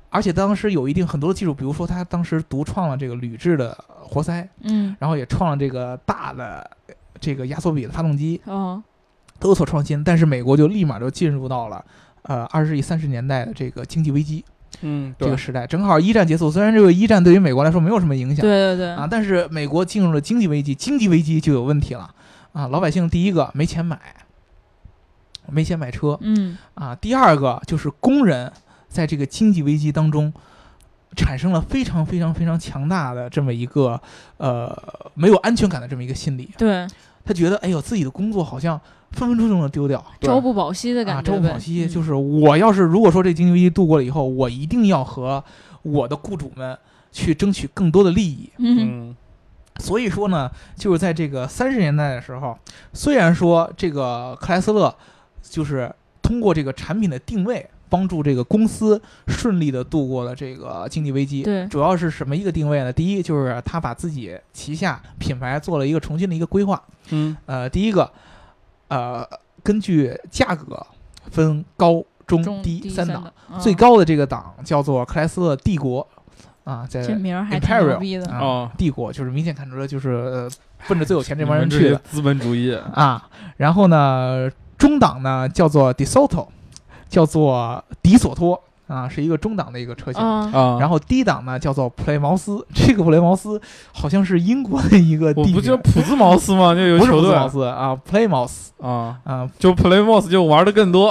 [SPEAKER 2] 而且当时有一定很多的技术，比如说他当时独创了这个铝制的活塞，
[SPEAKER 1] 嗯
[SPEAKER 2] 然后也创了这个大的呃这个压缩比的发动机，
[SPEAKER 1] 哦
[SPEAKER 2] 都有所创新，但是美国就立马就进入到了呃二十世纪三十年代的这个经济危机
[SPEAKER 3] 嗯，
[SPEAKER 2] 这
[SPEAKER 3] 对
[SPEAKER 2] 个，时代，正好一战结束。虽然这个一战对于美国来说没有什么影
[SPEAKER 1] 对
[SPEAKER 2] 响
[SPEAKER 1] 对对
[SPEAKER 2] 啊，但是美国进入了经济危机，经济危机就有问题了啊。老百姓第一个没钱买，没钱买车
[SPEAKER 1] 嗯
[SPEAKER 2] 啊；第二个就是工人在这个经济危机当中。产生了非常非常非常强大的这么一个呃没有安全感的这么一个心理，
[SPEAKER 1] 对
[SPEAKER 2] 他觉得哎呦自己的工作好像分分钟就能丢掉，
[SPEAKER 3] 对
[SPEAKER 1] 朝不保夕的感
[SPEAKER 2] 啊，
[SPEAKER 1] 觉
[SPEAKER 2] 周
[SPEAKER 1] 呗，嗯
[SPEAKER 2] 不保夕，就是是我要是如果说这经济危机度过了以后，我一定要和我的雇主们去争取更多的利益。
[SPEAKER 1] 嗯
[SPEAKER 3] 嗯，
[SPEAKER 2] 所以说呢，就是在这个三十年代的时候，虽然说这个克莱斯勒就是通过这个产品的定位。帮助这个公司顺利的度过了这个经济危机，
[SPEAKER 1] 对
[SPEAKER 2] 主要是什么一个定位呢？第一就是他把自己旗下品牌做了一个重新的一个规划，
[SPEAKER 3] 嗯，
[SPEAKER 2] 呃，第一个，呃，根据价格分高、中、
[SPEAKER 1] 中
[SPEAKER 2] 低
[SPEAKER 1] 三
[SPEAKER 2] 档，
[SPEAKER 1] 嗯
[SPEAKER 2] 最高的这个档叫做克莱斯勒帝国，啊，在
[SPEAKER 1] 这名儿还挺牛
[SPEAKER 2] Imperial
[SPEAKER 1] 逼的，
[SPEAKER 2] 啊
[SPEAKER 3] 哦，
[SPEAKER 2] 帝国就是明显看出来就是、呃奔着最有钱 这帮
[SPEAKER 3] 你
[SPEAKER 2] 人
[SPEAKER 3] 们
[SPEAKER 2] 去
[SPEAKER 3] 些
[SPEAKER 2] 的
[SPEAKER 3] 资本主义，
[SPEAKER 2] 啊。然后呢，中档呢叫做 DeSoto，叫做迪索托啊，是一个中档的一个车型。
[SPEAKER 1] 嗯
[SPEAKER 3] 啊，
[SPEAKER 2] 然后低档呢叫做普雷茅斯，这个普雷茅斯好像是英国的一个
[SPEAKER 3] 我
[SPEAKER 2] 地名，
[SPEAKER 3] 不就普兹茅斯吗？就有
[SPEAKER 2] 不是
[SPEAKER 3] 球
[SPEAKER 2] 普
[SPEAKER 3] 队
[SPEAKER 2] 雷茅斯啊，Playmouth
[SPEAKER 3] 啊，
[SPEAKER 2] 啊，
[SPEAKER 3] 就 Playmoss 就玩的更多，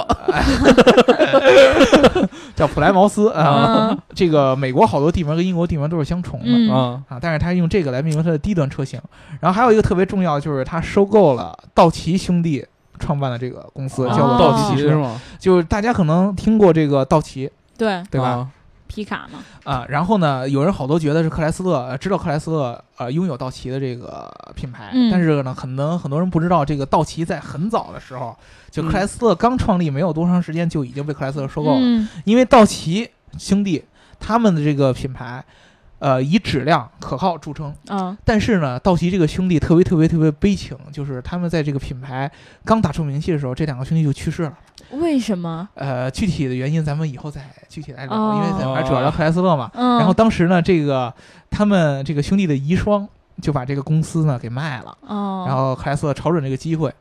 [SPEAKER 2] 叫普莱茅斯啊、
[SPEAKER 1] 嗯
[SPEAKER 2] 这个美国好多地名跟英国地名都是相重的、
[SPEAKER 1] 嗯
[SPEAKER 3] 啊，
[SPEAKER 2] 啊，但是它用这个来命名它的低端车型。然后还有一个特别重要，就是它收购了道奇兄弟创办的这个公司，
[SPEAKER 1] 哦
[SPEAKER 2] 叫做
[SPEAKER 3] 道
[SPEAKER 2] 道
[SPEAKER 3] 奇
[SPEAKER 2] 奇汽
[SPEAKER 3] 是
[SPEAKER 2] 车。
[SPEAKER 3] 吗？
[SPEAKER 2] 就是大家可能听过这个道奇，
[SPEAKER 1] 对
[SPEAKER 2] 对吧？
[SPEAKER 3] 啊？
[SPEAKER 1] 皮卡嘛，
[SPEAKER 2] 啊，然后呢，有人好多觉得是克莱斯勒，呃知道克莱斯勒呃拥有道奇的这个品牌，
[SPEAKER 1] 嗯
[SPEAKER 2] 但是呢，可能很多人不知道，这个道奇在很早的时候，就克莱斯勒刚创立没有多长时间，就已经被克莱斯勒收购了。
[SPEAKER 1] 嗯
[SPEAKER 2] 因为道奇兄弟他们的这个品牌，呃，以质量可靠著称。
[SPEAKER 1] 嗯
[SPEAKER 2] 但是呢，道奇这个兄弟特别特别特别悲情，就是他们在这个品牌刚打出名气的时候，这两个兄弟就去世了。
[SPEAKER 1] 为什么？
[SPEAKER 2] 呃，具体的原因咱们以后再具体来聊，
[SPEAKER 1] 哦
[SPEAKER 2] 因为咱们还主要聊克莱斯勒嘛。
[SPEAKER 1] 嗯，
[SPEAKER 2] 然后当时呢，这个他们这个兄弟的遗孀就把这个公司呢给卖了，
[SPEAKER 1] 哦，
[SPEAKER 2] 然后克莱斯勒瞅准这个机会，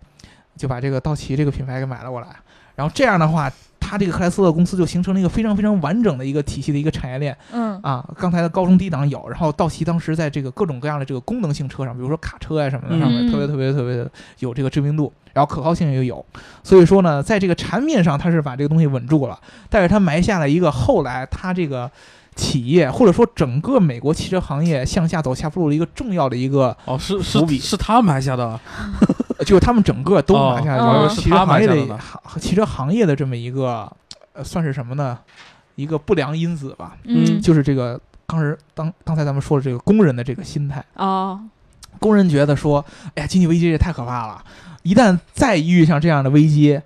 [SPEAKER 2] 就把这个道奇这个品牌给买了过来。然后这样的话，他这个克莱斯勒公司就形成了一个非常非常完整的一个体系的一个产业链
[SPEAKER 1] 嗯
[SPEAKER 2] 啊。刚才的高中低档有，然后道奇当时在这个各种各样的这个功能性车上，比如说卡车呀、什么的，上面
[SPEAKER 1] 嗯
[SPEAKER 2] 特别特别特别的有这个知名度，然后可靠性也有。所以说呢，在这个产品上，他是把这个东西稳住了，但是他埋下了一个后来他这个。企业或者说整个美国汽车行业向下走下坡路的一个重要的一个，
[SPEAKER 3] 哦，是
[SPEAKER 2] 伏笔
[SPEAKER 3] 是是他埋下的，啊
[SPEAKER 2] 呃就是他们整个都
[SPEAKER 3] 哦
[SPEAKER 2] 拿下
[SPEAKER 1] 哦
[SPEAKER 2] 了
[SPEAKER 1] 是
[SPEAKER 2] 汽
[SPEAKER 3] 他
[SPEAKER 2] 车行业
[SPEAKER 3] 埋下的
[SPEAKER 2] 的行汽车行业的这么一个，呃，算是什么呢？一个不良因子吧，
[SPEAKER 1] 嗯，
[SPEAKER 2] 就是这个当时当刚才咱们说的这个工人的这个心态。
[SPEAKER 1] 哦，
[SPEAKER 2] 工人觉得说，哎呀，经济危机也太可怕了，一旦再遇上这样的危机，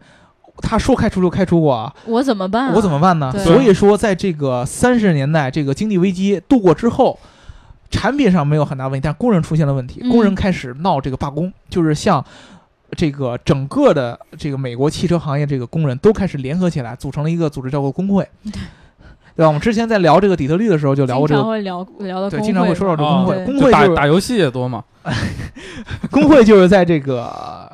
[SPEAKER 2] 他说开除就开除我，
[SPEAKER 1] 我怎么办啊？
[SPEAKER 2] 我怎么办呢？
[SPEAKER 1] 对
[SPEAKER 2] 所以说，在这个三十年代这个经济危机度过之后，产品上没有很大问题，但工人出现了问题，
[SPEAKER 1] 嗯
[SPEAKER 2] 工人开始闹这个罢工，就是像。这个整个的这个美国汽车行业，这个工人都开始联合起来，组成了一个组织，叫做工会，对吧？我们之前在聊这个底特律的时候，就聊过这
[SPEAKER 1] 嗯经
[SPEAKER 2] 个
[SPEAKER 1] 常，会聊聊到
[SPEAKER 2] 对，
[SPEAKER 1] 工
[SPEAKER 2] 经常会说到这个工
[SPEAKER 1] 哦对
[SPEAKER 2] 会。工
[SPEAKER 3] 就
[SPEAKER 2] 会
[SPEAKER 3] 打
[SPEAKER 2] 就是
[SPEAKER 3] 打游戏也多 嘛，
[SPEAKER 2] 工会就是在这个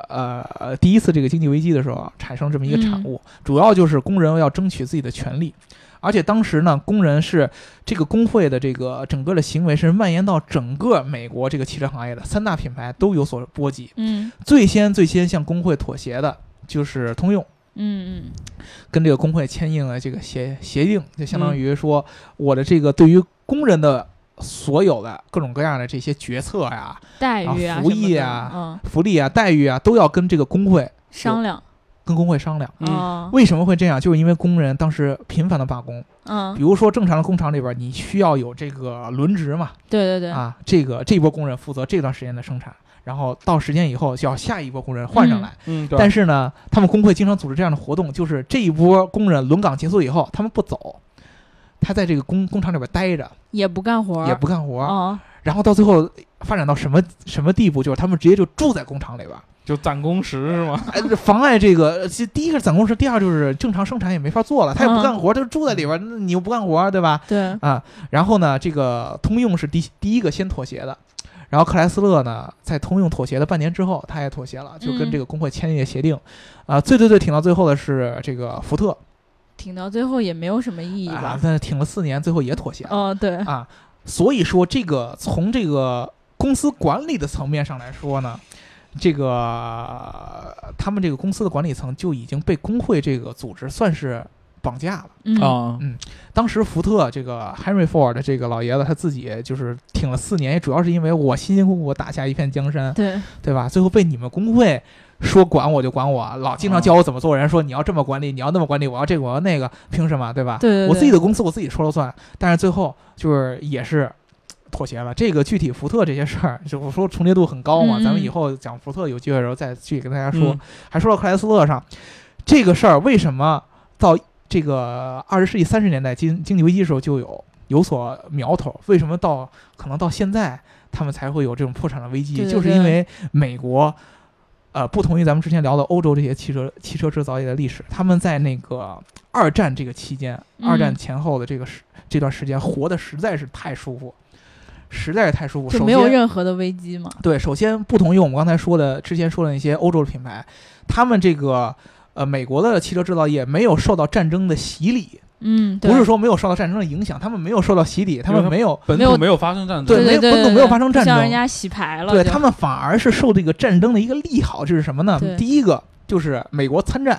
[SPEAKER 2] 呃第一次这个经济危机的时候啊产生这么一个产物，主要就是工人要争取自己的权利，而且当时呢，工人是这个工会的这个整个的行为是蔓延到整个美国这个汽车行业的三大品牌都有所波及。
[SPEAKER 1] 嗯
[SPEAKER 2] 最先最先向工会妥协的就是通用，
[SPEAKER 1] 嗯嗯
[SPEAKER 2] 跟这个工会签订了这个协协定，就相当于说我的这个对于工人的所有的各种各样的这些决策呀、
[SPEAKER 1] 待
[SPEAKER 2] 啊
[SPEAKER 1] 遇啊，
[SPEAKER 2] 服
[SPEAKER 1] 什么
[SPEAKER 2] 役
[SPEAKER 1] 的
[SPEAKER 2] 啊
[SPEAKER 1] 嗯，
[SPEAKER 2] 福利啊、待遇啊，都要跟这个工会
[SPEAKER 1] 商量
[SPEAKER 2] 跟工会商量。
[SPEAKER 3] 嗯
[SPEAKER 1] 啊，
[SPEAKER 2] 为什么会这样？就是因为工人当时频繁的罢工。
[SPEAKER 1] 嗯
[SPEAKER 2] 比，如说，正常的工厂里边，你需要有这个轮值嘛，
[SPEAKER 1] 对对对，
[SPEAKER 2] 啊，这个这波工人负责这段时间的生产，然后到时间以后，就要下一波工人换上来。
[SPEAKER 3] 嗯，
[SPEAKER 2] 但是呢，他们工会经常组织这样的活动，就是这一波工人轮岗结束以后，他们不走，他在这个工工厂里边待着，
[SPEAKER 1] 也不干活儿，
[SPEAKER 2] 也不干活，
[SPEAKER 1] 啊，
[SPEAKER 2] 然后到最后发展到什么什么地步，就是他们直接就住在工厂里边。
[SPEAKER 3] 就攒工时是吗？
[SPEAKER 2] 哎，这妨碍这个，这第一个是攒工时，第二就是正常生产也没法做了，他也不
[SPEAKER 1] 嗯
[SPEAKER 2] 干活，他就住在里边儿，那你又不干活，对吧？
[SPEAKER 1] 对，
[SPEAKER 2] 啊，然后呢，这个通用是第第一个先妥协的，然后克莱斯勒呢，在通用妥协了半年之后，他也妥协了，就跟
[SPEAKER 1] 嗯
[SPEAKER 2] 这个工会签订协定，啊，最最最挺到最后的是这个福特，
[SPEAKER 1] 挺到最后也没有什么意义
[SPEAKER 2] 啊
[SPEAKER 1] 吧，？
[SPEAKER 2] 但是挺了四年，最后也妥协了，
[SPEAKER 1] 哦，对，
[SPEAKER 2] 啊，所以说这个从这个公司管理的层面上来说呢，这个呃他们这个公司的管理层就已经被工会这个组织算是绑架了。
[SPEAKER 1] 嗯
[SPEAKER 3] 啊
[SPEAKER 2] 嗯当时福特这个 Henry Ford 这个老爷子他自己就是挺了四年，也主要是因为我辛辛苦苦打下一片江山，
[SPEAKER 1] 对，
[SPEAKER 2] 对吧？最后被你们工会说管我就管我，老经
[SPEAKER 1] 哦
[SPEAKER 2] 常教我怎么做人，说你要这么管理，你要那么管理，我要这个我要那个，凭什么，对吧？
[SPEAKER 1] 对对
[SPEAKER 2] 我
[SPEAKER 1] 对
[SPEAKER 2] 自己的公司我自己说了算，但是最后就是也是妥协了。这个具体福特这些事儿，就我说重叠度很高嘛，
[SPEAKER 1] 嗯嗯
[SPEAKER 2] 咱们以后讲福特有机会的时候再具体跟大家说。
[SPEAKER 3] 嗯
[SPEAKER 2] 还说到克莱斯勒上，这个事儿为什么到这个二十世纪三十年代经经济危机的时候就有有所苗头？为什么到可能到现在他们才会有这种破产的危机？
[SPEAKER 1] 对对
[SPEAKER 2] 就是
[SPEAKER 1] 对
[SPEAKER 2] 因为美国。呃，不同于咱们之前聊的欧洲这些汽车汽车制造业的历史，他们在那个二战这个期间，
[SPEAKER 1] 嗯
[SPEAKER 2] 二战前后的这个时这段时间，活的实在是太舒服，实在是太舒服。
[SPEAKER 1] 就
[SPEAKER 2] 首
[SPEAKER 1] 没有
[SPEAKER 2] 先，
[SPEAKER 1] 任何的危机嘛，
[SPEAKER 2] 对，首先不同于我们刚才说的之前说的那些欧洲的品牌，他们这个呃美国的汽车制造业没有受到战争的洗礼，
[SPEAKER 1] 嗯，对
[SPEAKER 2] 不是说没有受到战争的影响，他们没有受到洗礼，他
[SPEAKER 3] 因为
[SPEAKER 2] 们
[SPEAKER 3] 他
[SPEAKER 2] 没有
[SPEAKER 3] 本
[SPEAKER 1] 没有
[SPEAKER 3] 土没有发生战争，
[SPEAKER 1] 对
[SPEAKER 2] 没有
[SPEAKER 1] 对，
[SPEAKER 2] 本土
[SPEAKER 1] 对
[SPEAKER 2] 没有
[SPEAKER 1] 对
[SPEAKER 2] 发生
[SPEAKER 1] 不
[SPEAKER 2] 战
[SPEAKER 1] 像
[SPEAKER 2] 争
[SPEAKER 1] 人家洗牌了就，
[SPEAKER 2] 对他们反而是受这个战争的一个利好，就是什么呢
[SPEAKER 1] 对？
[SPEAKER 2] 第一个就是美国参战，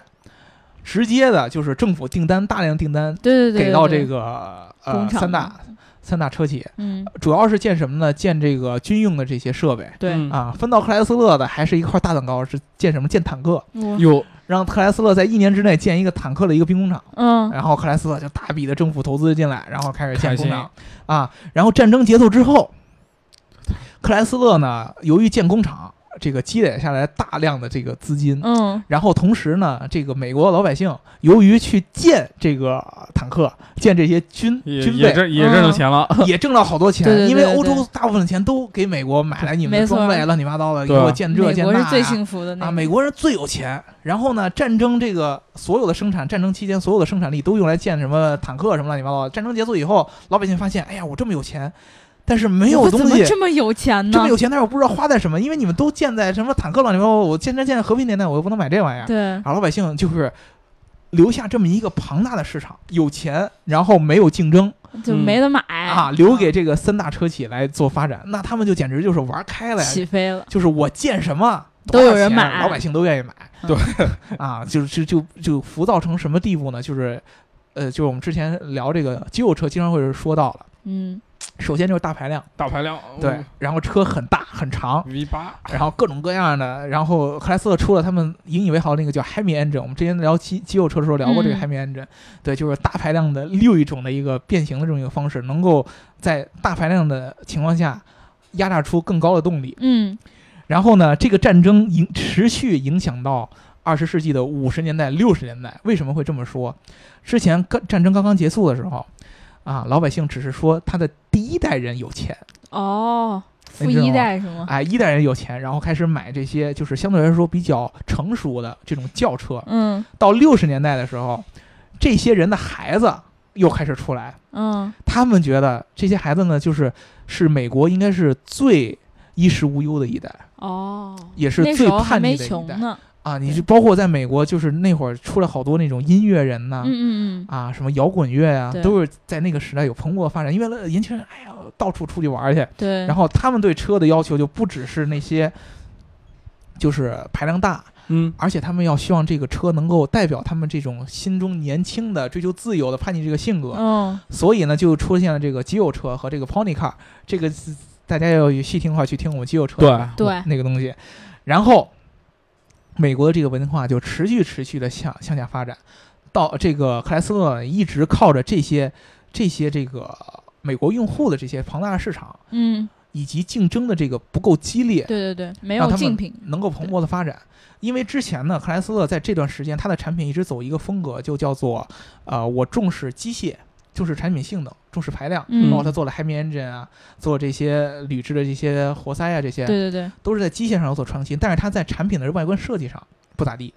[SPEAKER 2] 直接的就是政府订单大量订单
[SPEAKER 1] 对对对
[SPEAKER 2] 给到
[SPEAKER 1] 对
[SPEAKER 2] 这
[SPEAKER 1] 对
[SPEAKER 2] 个
[SPEAKER 1] 工
[SPEAKER 2] 呃
[SPEAKER 1] 厂
[SPEAKER 2] 三
[SPEAKER 1] 嘛
[SPEAKER 2] 大三大车企，
[SPEAKER 1] 嗯，
[SPEAKER 2] 主要是建什么呢？建这个军用的这些设备
[SPEAKER 1] 对，
[SPEAKER 3] 嗯
[SPEAKER 2] 啊。分到克莱斯勒的还是一块大蛋糕，是建什么？建坦克，
[SPEAKER 1] 我
[SPEAKER 3] 有
[SPEAKER 2] 让克莱斯勒在一年之内建一个坦克的一个兵工厂。
[SPEAKER 1] 嗯
[SPEAKER 2] 然后克莱斯勒就大笔的政府投资进来，然后开始建
[SPEAKER 3] 开
[SPEAKER 2] 工
[SPEAKER 3] 心
[SPEAKER 2] 厂啊。然后战争结束之后，克莱斯勒呢，由于建工厂，这个积累下来大量的这个资金。
[SPEAKER 1] 嗯，
[SPEAKER 2] 然后同时呢，这个美国老百姓由于去建这个坦克、建这些军
[SPEAKER 3] 也
[SPEAKER 2] 军
[SPEAKER 3] 也
[SPEAKER 2] 备，嗯
[SPEAKER 3] 挣也挣着钱了，
[SPEAKER 2] 也挣到好多钱，
[SPEAKER 1] 对对对
[SPEAKER 2] 因为欧
[SPEAKER 1] 对对
[SPEAKER 2] 洲大部分的钱都给美国买来你们
[SPEAKER 1] 没
[SPEAKER 2] 的
[SPEAKER 1] 错
[SPEAKER 2] 装备，乱七八糟的，给
[SPEAKER 3] 对啊
[SPEAKER 2] 我建这
[SPEAKER 1] 嗯美
[SPEAKER 2] 建
[SPEAKER 1] 国
[SPEAKER 2] 那
[SPEAKER 1] 是最
[SPEAKER 2] 呀
[SPEAKER 1] 幸福的那
[SPEAKER 2] 啊，
[SPEAKER 1] 个
[SPEAKER 2] 美国人最有钱。然后呢，战争这个所有的生产，战争期间所有的生产力都用来建什么坦克什么乱七八糟的。战争结束以后，老百姓发现，哎呀，我这么有钱，但是没有
[SPEAKER 1] 我怎
[SPEAKER 2] 东
[SPEAKER 1] 么
[SPEAKER 2] 西。
[SPEAKER 1] 这么有钱呢，
[SPEAKER 2] 这么有钱，但是我不知道花在什么，因为你们都建在什么坦克乱七八糟，我建这建在和平年代，我又不能买这玩意儿。
[SPEAKER 1] 对
[SPEAKER 2] 然，后老百姓就是留下这么一个庞大的市场，有钱，然后没有竞争，
[SPEAKER 1] 就没得买
[SPEAKER 2] 啊，留给这个三大车企来做发展，那他们就简直就是玩开了
[SPEAKER 1] 起
[SPEAKER 2] 呀！
[SPEAKER 1] 飞了，
[SPEAKER 2] 就是我建什么
[SPEAKER 1] 都有人
[SPEAKER 2] 多少钱
[SPEAKER 1] 买嗯
[SPEAKER 2] 老百姓都愿意买。
[SPEAKER 1] 对
[SPEAKER 2] 啊，就是就就就浮躁成什么地步呢？就是呃，就是我们之前聊这个肌肉车，经常会说到了。
[SPEAKER 1] 嗯
[SPEAKER 2] 首先就是大排量，
[SPEAKER 3] 大排量
[SPEAKER 2] 对，然后车很大很长，
[SPEAKER 3] V 八
[SPEAKER 2] 然后各种各样的，然后克莱斯勒出了他们引以为豪的那个叫 Hemi Engine，我们之前聊肌肌肉车的时候聊过这个
[SPEAKER 1] 嗯
[SPEAKER 2] Hemi Engine，、对，就是大排量的另一种的一个变形的这么一个方式，能够在大排量的情况下压榨出更高的动力。
[SPEAKER 1] 嗯
[SPEAKER 2] 然后呢，这个战争影持续影响到二十世纪的五十年代、六十年代。为什么会这么说？之前刚战争刚刚结束的时候，啊，老百姓只是说他的第一代人有钱，
[SPEAKER 1] 哦，富
[SPEAKER 2] 你知道
[SPEAKER 1] 一
[SPEAKER 2] 吗
[SPEAKER 1] 代是吗？
[SPEAKER 2] 哎，一代人有钱，然后开始买这些就是相对来说比较成熟的这种轿车。
[SPEAKER 1] 嗯
[SPEAKER 2] 到六十年代的时候，这些人的孩子又开始出来，
[SPEAKER 1] 嗯
[SPEAKER 2] 他们觉得这些孩子呢，就是是美国应该是最衣食无忧的一代，
[SPEAKER 1] 哦，
[SPEAKER 2] 也是
[SPEAKER 1] 那
[SPEAKER 2] 最
[SPEAKER 1] 时候还
[SPEAKER 2] 叛逆
[SPEAKER 1] 没
[SPEAKER 2] 的一
[SPEAKER 1] 穷
[SPEAKER 2] 代。
[SPEAKER 1] 呢。
[SPEAKER 2] 啊，你是包括在美国，就是那会儿出来好多那种音乐人呐、
[SPEAKER 1] 嗯嗯
[SPEAKER 2] 啊，什么摇滚乐呀、
[SPEAKER 1] 对
[SPEAKER 2] 都是在那个时代有蓬勃发展。因为了年轻人，哎呀，到处出去玩去，
[SPEAKER 1] 嗯，对。
[SPEAKER 2] 然后他们对车的要求就不只是那些，就是排量大，
[SPEAKER 3] 嗯
[SPEAKER 2] 而且他们要希望这个车能够代表他们这种心中年轻的、追求自由的叛逆这个性格。
[SPEAKER 1] 嗯
[SPEAKER 2] 所以呢，就出现了这个肌肉车和这个 pony car，这个大家要有细听的话去听我们肌肉车
[SPEAKER 3] 对
[SPEAKER 1] 对
[SPEAKER 2] 那个东西，然后美国的这个文化就持续持续的向向下发展，到这个克莱斯勒一直靠着这些这些这个美国用户的这些庞大的市场
[SPEAKER 1] 嗯，
[SPEAKER 2] 以及竞争的这个不够激烈，
[SPEAKER 1] 对对对，没
[SPEAKER 2] 让
[SPEAKER 1] 有
[SPEAKER 2] 他
[SPEAKER 1] 竞
[SPEAKER 2] 们
[SPEAKER 1] 品。
[SPEAKER 2] 能够蓬勃的发展。因为之前呢，克莱斯勒在这段时间，它的产品一直走一个风格，就叫做呃，我重视机械，重视产品性能，重视排量。
[SPEAKER 1] 嗯
[SPEAKER 2] 包括他做了 Hemi Engine 啊，做这些铝制的这些活塞啊，这些
[SPEAKER 1] 对对对，
[SPEAKER 2] 都是在机械上有所创新，但是它在产品的外观设计上不咋地。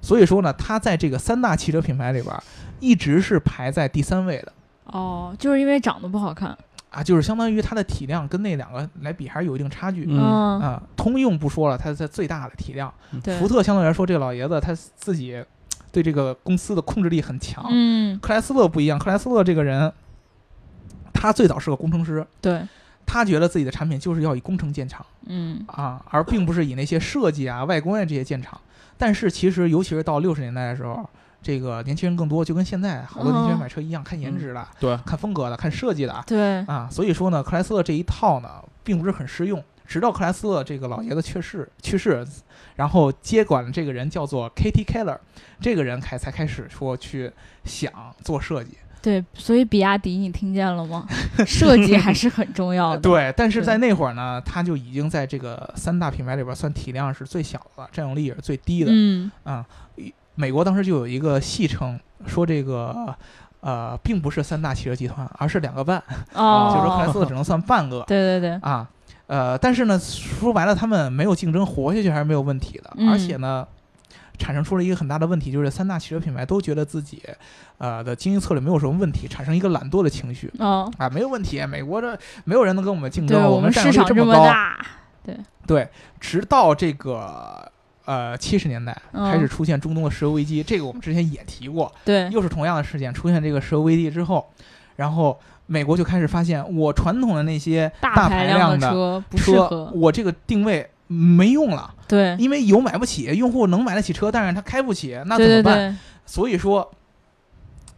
[SPEAKER 2] 所以说呢，它在这个三大汽车品牌里边儿，一直是排在第三位的
[SPEAKER 1] 哦，就是因为长得不好看。
[SPEAKER 2] 啊，就是相当于它的体量跟那两个来比还是有一定差距。
[SPEAKER 3] 嗯
[SPEAKER 1] 嗯，
[SPEAKER 2] 啊，通用不说了，它在最大的体量。
[SPEAKER 1] 对
[SPEAKER 2] 福。特相对来说，这老爷子他自己嘖对这个公司的控制力很强。
[SPEAKER 1] 嗯，
[SPEAKER 2] 克莱斯勒不一样，克莱斯勒这个人，他最早是个工程师，
[SPEAKER 1] 对，
[SPEAKER 2] 他觉得自己的产品就是要以工程见长。
[SPEAKER 1] 嗯
[SPEAKER 2] 啊，而并不是以那些设计啊、外观啊这些见长。但是其实，尤其是到六十年代的时候，这个年轻人更多，就跟现在好多年轻人
[SPEAKER 1] 哦
[SPEAKER 2] 买车一样，看颜值的、
[SPEAKER 3] 对，
[SPEAKER 2] 看风格的、看设计的啊
[SPEAKER 1] 对，
[SPEAKER 2] 啊。所以说呢，克莱斯勒这一套呢，并不是很适用。直到克莱斯勒这个老爷子去世去世，然后接管这个人叫做 Katie Keller，这个人开才开始说去想做设计。
[SPEAKER 1] 对，所以比亚迪你听见了吗？设计还是很重要的。
[SPEAKER 2] 对，但是
[SPEAKER 1] 哦对
[SPEAKER 2] 在那会儿呢，他就已经在这个三大品牌里边算体量是最小的，占有率也是最低的。
[SPEAKER 1] 嗯
[SPEAKER 2] 啊，一美国当时就有一个戏称，说这个呃，并不是三大汽车集团，而是两个半，
[SPEAKER 1] 哦，
[SPEAKER 2] 啊就是说克莱斯勒只能算半个
[SPEAKER 1] 对对对，
[SPEAKER 2] 啊。呃，但是呢，说白了，他们没有竞争活下去还是没有问题的，
[SPEAKER 1] 嗯
[SPEAKER 2] 而且呢。产生出了一个很大的问题，就是三大汽车品牌都觉得自己，呃的经营策略没有什么问题，产生一个懒惰的情绪
[SPEAKER 1] 哦，
[SPEAKER 2] 啊，没有问题，美国这没有人能跟我们竞
[SPEAKER 1] 对
[SPEAKER 2] 争，嗯我
[SPEAKER 1] 们
[SPEAKER 2] 占有
[SPEAKER 1] 市
[SPEAKER 2] 率
[SPEAKER 1] 场
[SPEAKER 2] 么
[SPEAKER 1] 么
[SPEAKER 2] 高，
[SPEAKER 1] 大，
[SPEAKER 2] 对，直到这个呃七十年代
[SPEAKER 1] 嗯
[SPEAKER 2] 开始出现中东的石油危机，这个我们之前也提过，
[SPEAKER 1] 对，
[SPEAKER 2] 又是同样的事件出现这个石油危机之后，然后美国就开始发现，我传统的那些
[SPEAKER 1] 大
[SPEAKER 2] 排
[SPEAKER 1] 量
[SPEAKER 2] 的
[SPEAKER 1] 车不适
[SPEAKER 2] 车，
[SPEAKER 1] 合，嗯
[SPEAKER 2] 我这个定位没用了，
[SPEAKER 1] 对，
[SPEAKER 2] 因为油买不起，用户能买得起车，但是他开不起，那怎
[SPEAKER 1] 对对
[SPEAKER 2] 么办？
[SPEAKER 1] 对，
[SPEAKER 2] 所以说，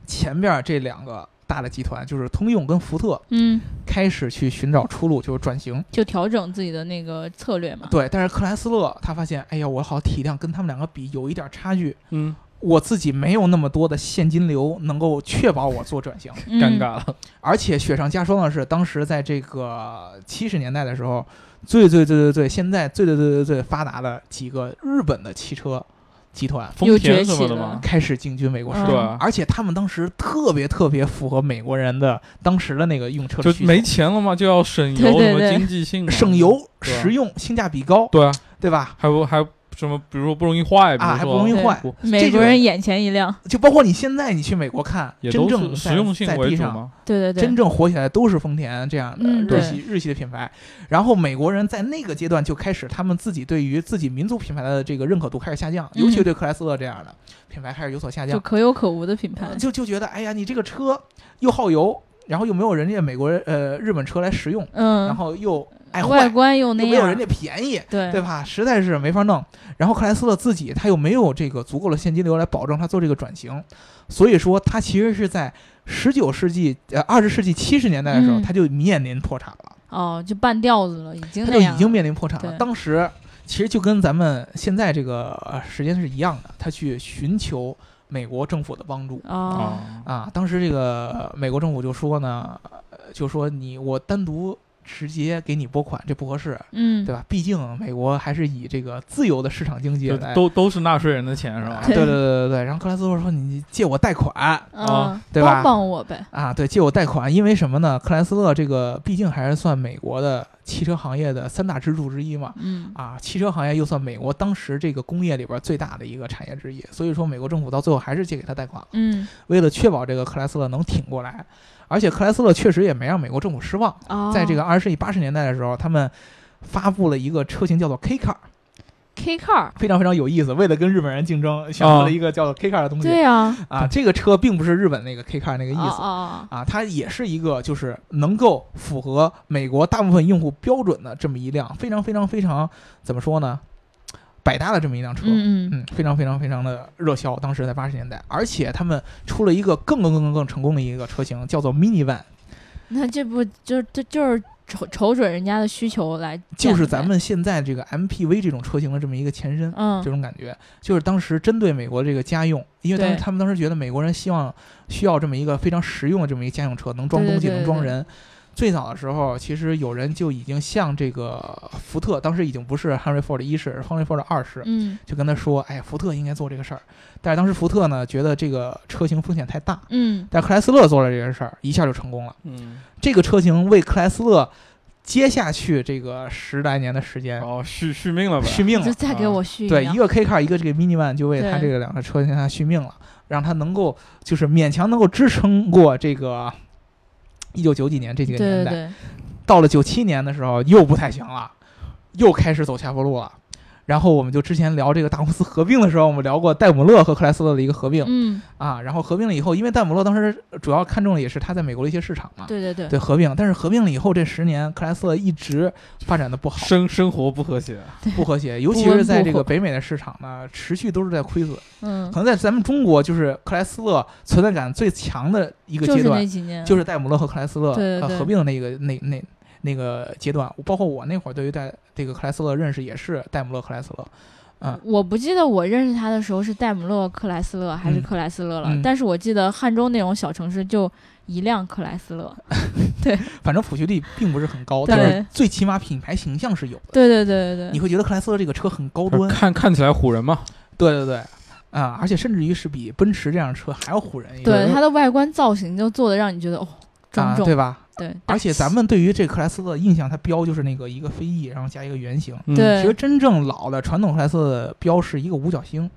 [SPEAKER 2] 前边这两个大的集团就是通用跟福特
[SPEAKER 1] 嗯，
[SPEAKER 2] 开始去寻找出路，就是转型。
[SPEAKER 1] 就调整自己的那个策略嘛。
[SPEAKER 2] 对，但是克莱斯勒他发现，哎呀，我好像体量跟他们两个比有一点差距，
[SPEAKER 3] 嗯，
[SPEAKER 2] 我自己没有那么多的现金流能够确保我做 转型，
[SPEAKER 1] 嗯
[SPEAKER 3] 尴尬了，
[SPEAKER 2] 而且雪上加霜的是，当时在这个七十年代的时候，最最最最最现在最最最最最发达的几个日本的汽车集团
[SPEAKER 1] 又
[SPEAKER 3] 丰
[SPEAKER 1] 崛
[SPEAKER 3] 田什么
[SPEAKER 1] 起
[SPEAKER 3] 的
[SPEAKER 1] 了
[SPEAKER 3] 嘛，
[SPEAKER 2] 开始进军美国市场。
[SPEAKER 3] 对啊
[SPEAKER 1] 嗯，
[SPEAKER 2] 而且他们当时特别特别符合美国人的当时的那个用车的
[SPEAKER 3] 就
[SPEAKER 2] 需求
[SPEAKER 3] 没钱了嘛，就要省
[SPEAKER 1] 对
[SPEAKER 3] 油，
[SPEAKER 1] 对
[SPEAKER 3] 什么
[SPEAKER 1] 对
[SPEAKER 3] 经济性嘛，啊
[SPEAKER 2] 省油、
[SPEAKER 3] 对
[SPEAKER 2] 实用、性价比高，
[SPEAKER 3] 对啊，
[SPEAKER 2] 对吧？
[SPEAKER 3] 还不还什么，比如说不容易坏，比
[SPEAKER 2] 啊，
[SPEAKER 3] 如
[SPEAKER 2] 还不
[SPEAKER 3] 说
[SPEAKER 2] 容易
[SPEAKER 1] 对
[SPEAKER 2] 坏。
[SPEAKER 1] 美
[SPEAKER 2] 这
[SPEAKER 1] 国
[SPEAKER 2] 就
[SPEAKER 1] 人眼前一亮，
[SPEAKER 2] 就包括你现在你去美国看，
[SPEAKER 3] 也
[SPEAKER 2] 真
[SPEAKER 3] 都
[SPEAKER 2] 正
[SPEAKER 3] 是
[SPEAKER 2] 在
[SPEAKER 3] 实用性
[SPEAKER 2] 在
[SPEAKER 3] 为
[SPEAKER 2] 地
[SPEAKER 3] 主
[SPEAKER 2] 上
[SPEAKER 3] 嘛，
[SPEAKER 1] 对对对，
[SPEAKER 2] 真正火起来都是丰田这样的
[SPEAKER 1] 嗯
[SPEAKER 2] 日系、日系的品牌。然后美国人在那个阶段就开始，他们自己对于自己民族品牌的这个认可度开始下降，
[SPEAKER 1] 嗯
[SPEAKER 2] 尤其对克莱斯勒这样的品牌开始有所下
[SPEAKER 1] 就
[SPEAKER 2] 降，
[SPEAKER 1] 可有可无的品牌
[SPEAKER 2] 呃。就就觉得哎呀，你这个车又耗油，然后又没有人家美国人呃日本车来实用，
[SPEAKER 1] 嗯，
[SPEAKER 2] 然后又爱
[SPEAKER 1] 外
[SPEAKER 2] 坏，
[SPEAKER 1] 观又
[SPEAKER 2] 又
[SPEAKER 1] 那
[SPEAKER 2] 没有人
[SPEAKER 1] 样，
[SPEAKER 2] 家便宜，
[SPEAKER 1] 对
[SPEAKER 2] 对吧？实在是没法弄。然后克莱斯勒自己他又没有这个足够的现金流来保证他做这个转型，所以说他其实是在十九世纪呃二十世纪七十年代的时候，
[SPEAKER 1] 嗯
[SPEAKER 2] 他就面临破产了，
[SPEAKER 1] 哦，就半吊子了，已经
[SPEAKER 2] 他
[SPEAKER 1] 那
[SPEAKER 2] 就
[SPEAKER 1] 样
[SPEAKER 2] 已
[SPEAKER 1] 了，
[SPEAKER 2] 经面临破产了。
[SPEAKER 1] 对
[SPEAKER 2] 当时其实就跟咱们现在这个呃时间是一样的，他去寻求美国政府的帮助。
[SPEAKER 1] 哦，
[SPEAKER 3] 啊，
[SPEAKER 2] 啊，当时这个美国政府就说呢，呃就说你我单独直接给你拨款，这不合适，
[SPEAKER 1] 嗯，
[SPEAKER 2] 对吧？毕竟美国还是以这个自由的市场经济
[SPEAKER 3] 就
[SPEAKER 2] 来。
[SPEAKER 3] 都都是纳税人的钱是吧
[SPEAKER 2] 啊？ 对对对对对，然后克莱斯勒说：“你借我贷款
[SPEAKER 1] 嗯
[SPEAKER 3] 啊，
[SPEAKER 2] 哦对吧
[SPEAKER 1] 帮帮我呗，
[SPEAKER 2] 啊，对，借我贷款，因为什么呢？克莱斯勒这个毕竟还是算美国的汽车行业的三大支柱之一嘛，
[SPEAKER 1] 嗯，
[SPEAKER 2] 啊，汽车行业又算美国当时这个工业里边最大的一个产业之一，所以说美国政府到最后还是借给他贷款了。
[SPEAKER 1] 嗯，
[SPEAKER 2] 为了确保这个克莱斯勒能挺过来，而且克莱斯勒确实也没让美国政府失望。
[SPEAKER 1] 哦，
[SPEAKER 2] 在这个二十世纪八十年代的时候，他们发布了一个车型叫做 K car，
[SPEAKER 1] K car，
[SPEAKER 2] 非常非常有意思。为了跟日本人竞争，选择了一个叫做 K car 的东西。
[SPEAKER 1] 对呀，
[SPEAKER 2] 啊，这个车并不是日本那个 K car 那个意
[SPEAKER 1] 哦哦，
[SPEAKER 2] 思。
[SPEAKER 1] 哦
[SPEAKER 2] 啊，它也是一个就是能够符合美国大部分用户标准的这么一辆非常非常非常怎么说呢，百搭的这么一辆车。
[SPEAKER 1] 嗯嗯，
[SPEAKER 2] 嗯，非常非常非常的热销，当时在八十年代，而且他们出了一个更更更更更成功的一个车型，叫做 Mini Van，
[SPEAKER 1] 那这不就这就是瞅瞅准人家的需求来，
[SPEAKER 2] 就是咱，们现在这个 MPV 这种车型的这么一个前身，
[SPEAKER 1] 嗯
[SPEAKER 2] 这，种感觉，就是当时针对美国这个家用，因为当时
[SPEAKER 1] 对
[SPEAKER 2] 他们当时觉得美国人希望需要这么一个非常实用的这么一个家用车，能装
[SPEAKER 1] 对对
[SPEAKER 2] 东西，
[SPEAKER 1] 对
[SPEAKER 2] 能
[SPEAKER 1] 对
[SPEAKER 2] 装
[SPEAKER 1] 对
[SPEAKER 2] 人。最早的时候，其实有人就已经向这个福特，当时已经不是 Henry Ford 一世，是 Henry Ford 二世，
[SPEAKER 1] 嗯
[SPEAKER 2] 就跟他说，哎，福特应该做这个事儿。但是当时福特呢，觉得这个车型风险太大，
[SPEAKER 1] 嗯，
[SPEAKER 2] 但克莱斯勒做了这件事儿，一下就成功了。
[SPEAKER 3] 嗯，
[SPEAKER 2] 这个车型为克莱斯勒接下去这个十来年的时间
[SPEAKER 3] 然后续续命了呗，
[SPEAKER 2] 续命了
[SPEAKER 1] 就。再给我续
[SPEAKER 2] 啊对，
[SPEAKER 1] 一辆
[SPEAKER 2] 一个 K car，一个这个 Mini Van 就为他这
[SPEAKER 1] 对
[SPEAKER 2] 个两个车向他续命了，让他能够就是勉强能够支撑过这个一九九几年这几个
[SPEAKER 1] 对
[SPEAKER 2] 年代。
[SPEAKER 1] 对对，
[SPEAKER 2] 到了九七年的时候又不太行了，又开始走下坡路了。然后我们就之前聊这个大公司合并的时候，我们聊过戴姆勒和克莱斯勒的一个合并、
[SPEAKER 1] 嗯，
[SPEAKER 2] 啊。然后合并了以后，因为戴姆勒当时主要看中的也是他在美国的一些市场嘛，
[SPEAKER 1] 对对对，
[SPEAKER 2] 对合并。但是合并了以后，这十年克莱斯勒一直发展的不好，
[SPEAKER 3] 生生活不和谐，
[SPEAKER 2] 不 和谐，尤其
[SPEAKER 1] 温
[SPEAKER 2] 是在
[SPEAKER 1] 不
[SPEAKER 2] 这个
[SPEAKER 1] 火
[SPEAKER 2] 北美的市场呢，持续都是在亏损。
[SPEAKER 1] 嗯
[SPEAKER 2] 可，能在咱们中国，就是克莱斯勒存在感最强的一个
[SPEAKER 1] 就
[SPEAKER 2] 阶
[SPEAKER 1] 是那
[SPEAKER 2] 段，
[SPEAKER 1] 几年，
[SPEAKER 2] 就是戴姆勒和克莱斯勒
[SPEAKER 1] 对对
[SPEAKER 2] 呃
[SPEAKER 1] 对
[SPEAKER 2] 合并的那个那那那个阶段。包括我那会儿对于戴这个克莱斯勒认识也是戴姆勒克莱斯勒，嗯
[SPEAKER 1] 我不记得我认识他的时候是戴姆勒、克莱斯勒还是
[SPEAKER 2] 嗯
[SPEAKER 1] 克莱斯勒了，
[SPEAKER 2] 嗯
[SPEAKER 1] 但是我记得汉州那种小城市就一辆克莱斯勒。
[SPEAKER 2] 呃反正普及率并不是很高，
[SPEAKER 1] 对
[SPEAKER 2] 但是最起码品牌形象是有的。
[SPEAKER 1] 对对对对
[SPEAKER 2] 你
[SPEAKER 1] 对，
[SPEAKER 2] 会觉得克莱斯勒这个车很高端，
[SPEAKER 3] 看看起来唬人嘛，
[SPEAKER 2] 对对对，啊，而且甚至于是比奔驰这辆车还要唬人一点
[SPEAKER 1] 对它的外观造型就做的让你觉得哦庄
[SPEAKER 2] 啊，
[SPEAKER 1] 重，
[SPEAKER 2] 对吧？
[SPEAKER 1] 对大
[SPEAKER 2] 而且咱们对于这克莱斯勒的印象，它标就是那个一个飞翼，然后加一个圆形。
[SPEAKER 3] 嗯
[SPEAKER 1] 对
[SPEAKER 2] 其实真正老的传统克莱斯勒的标是一个五角星，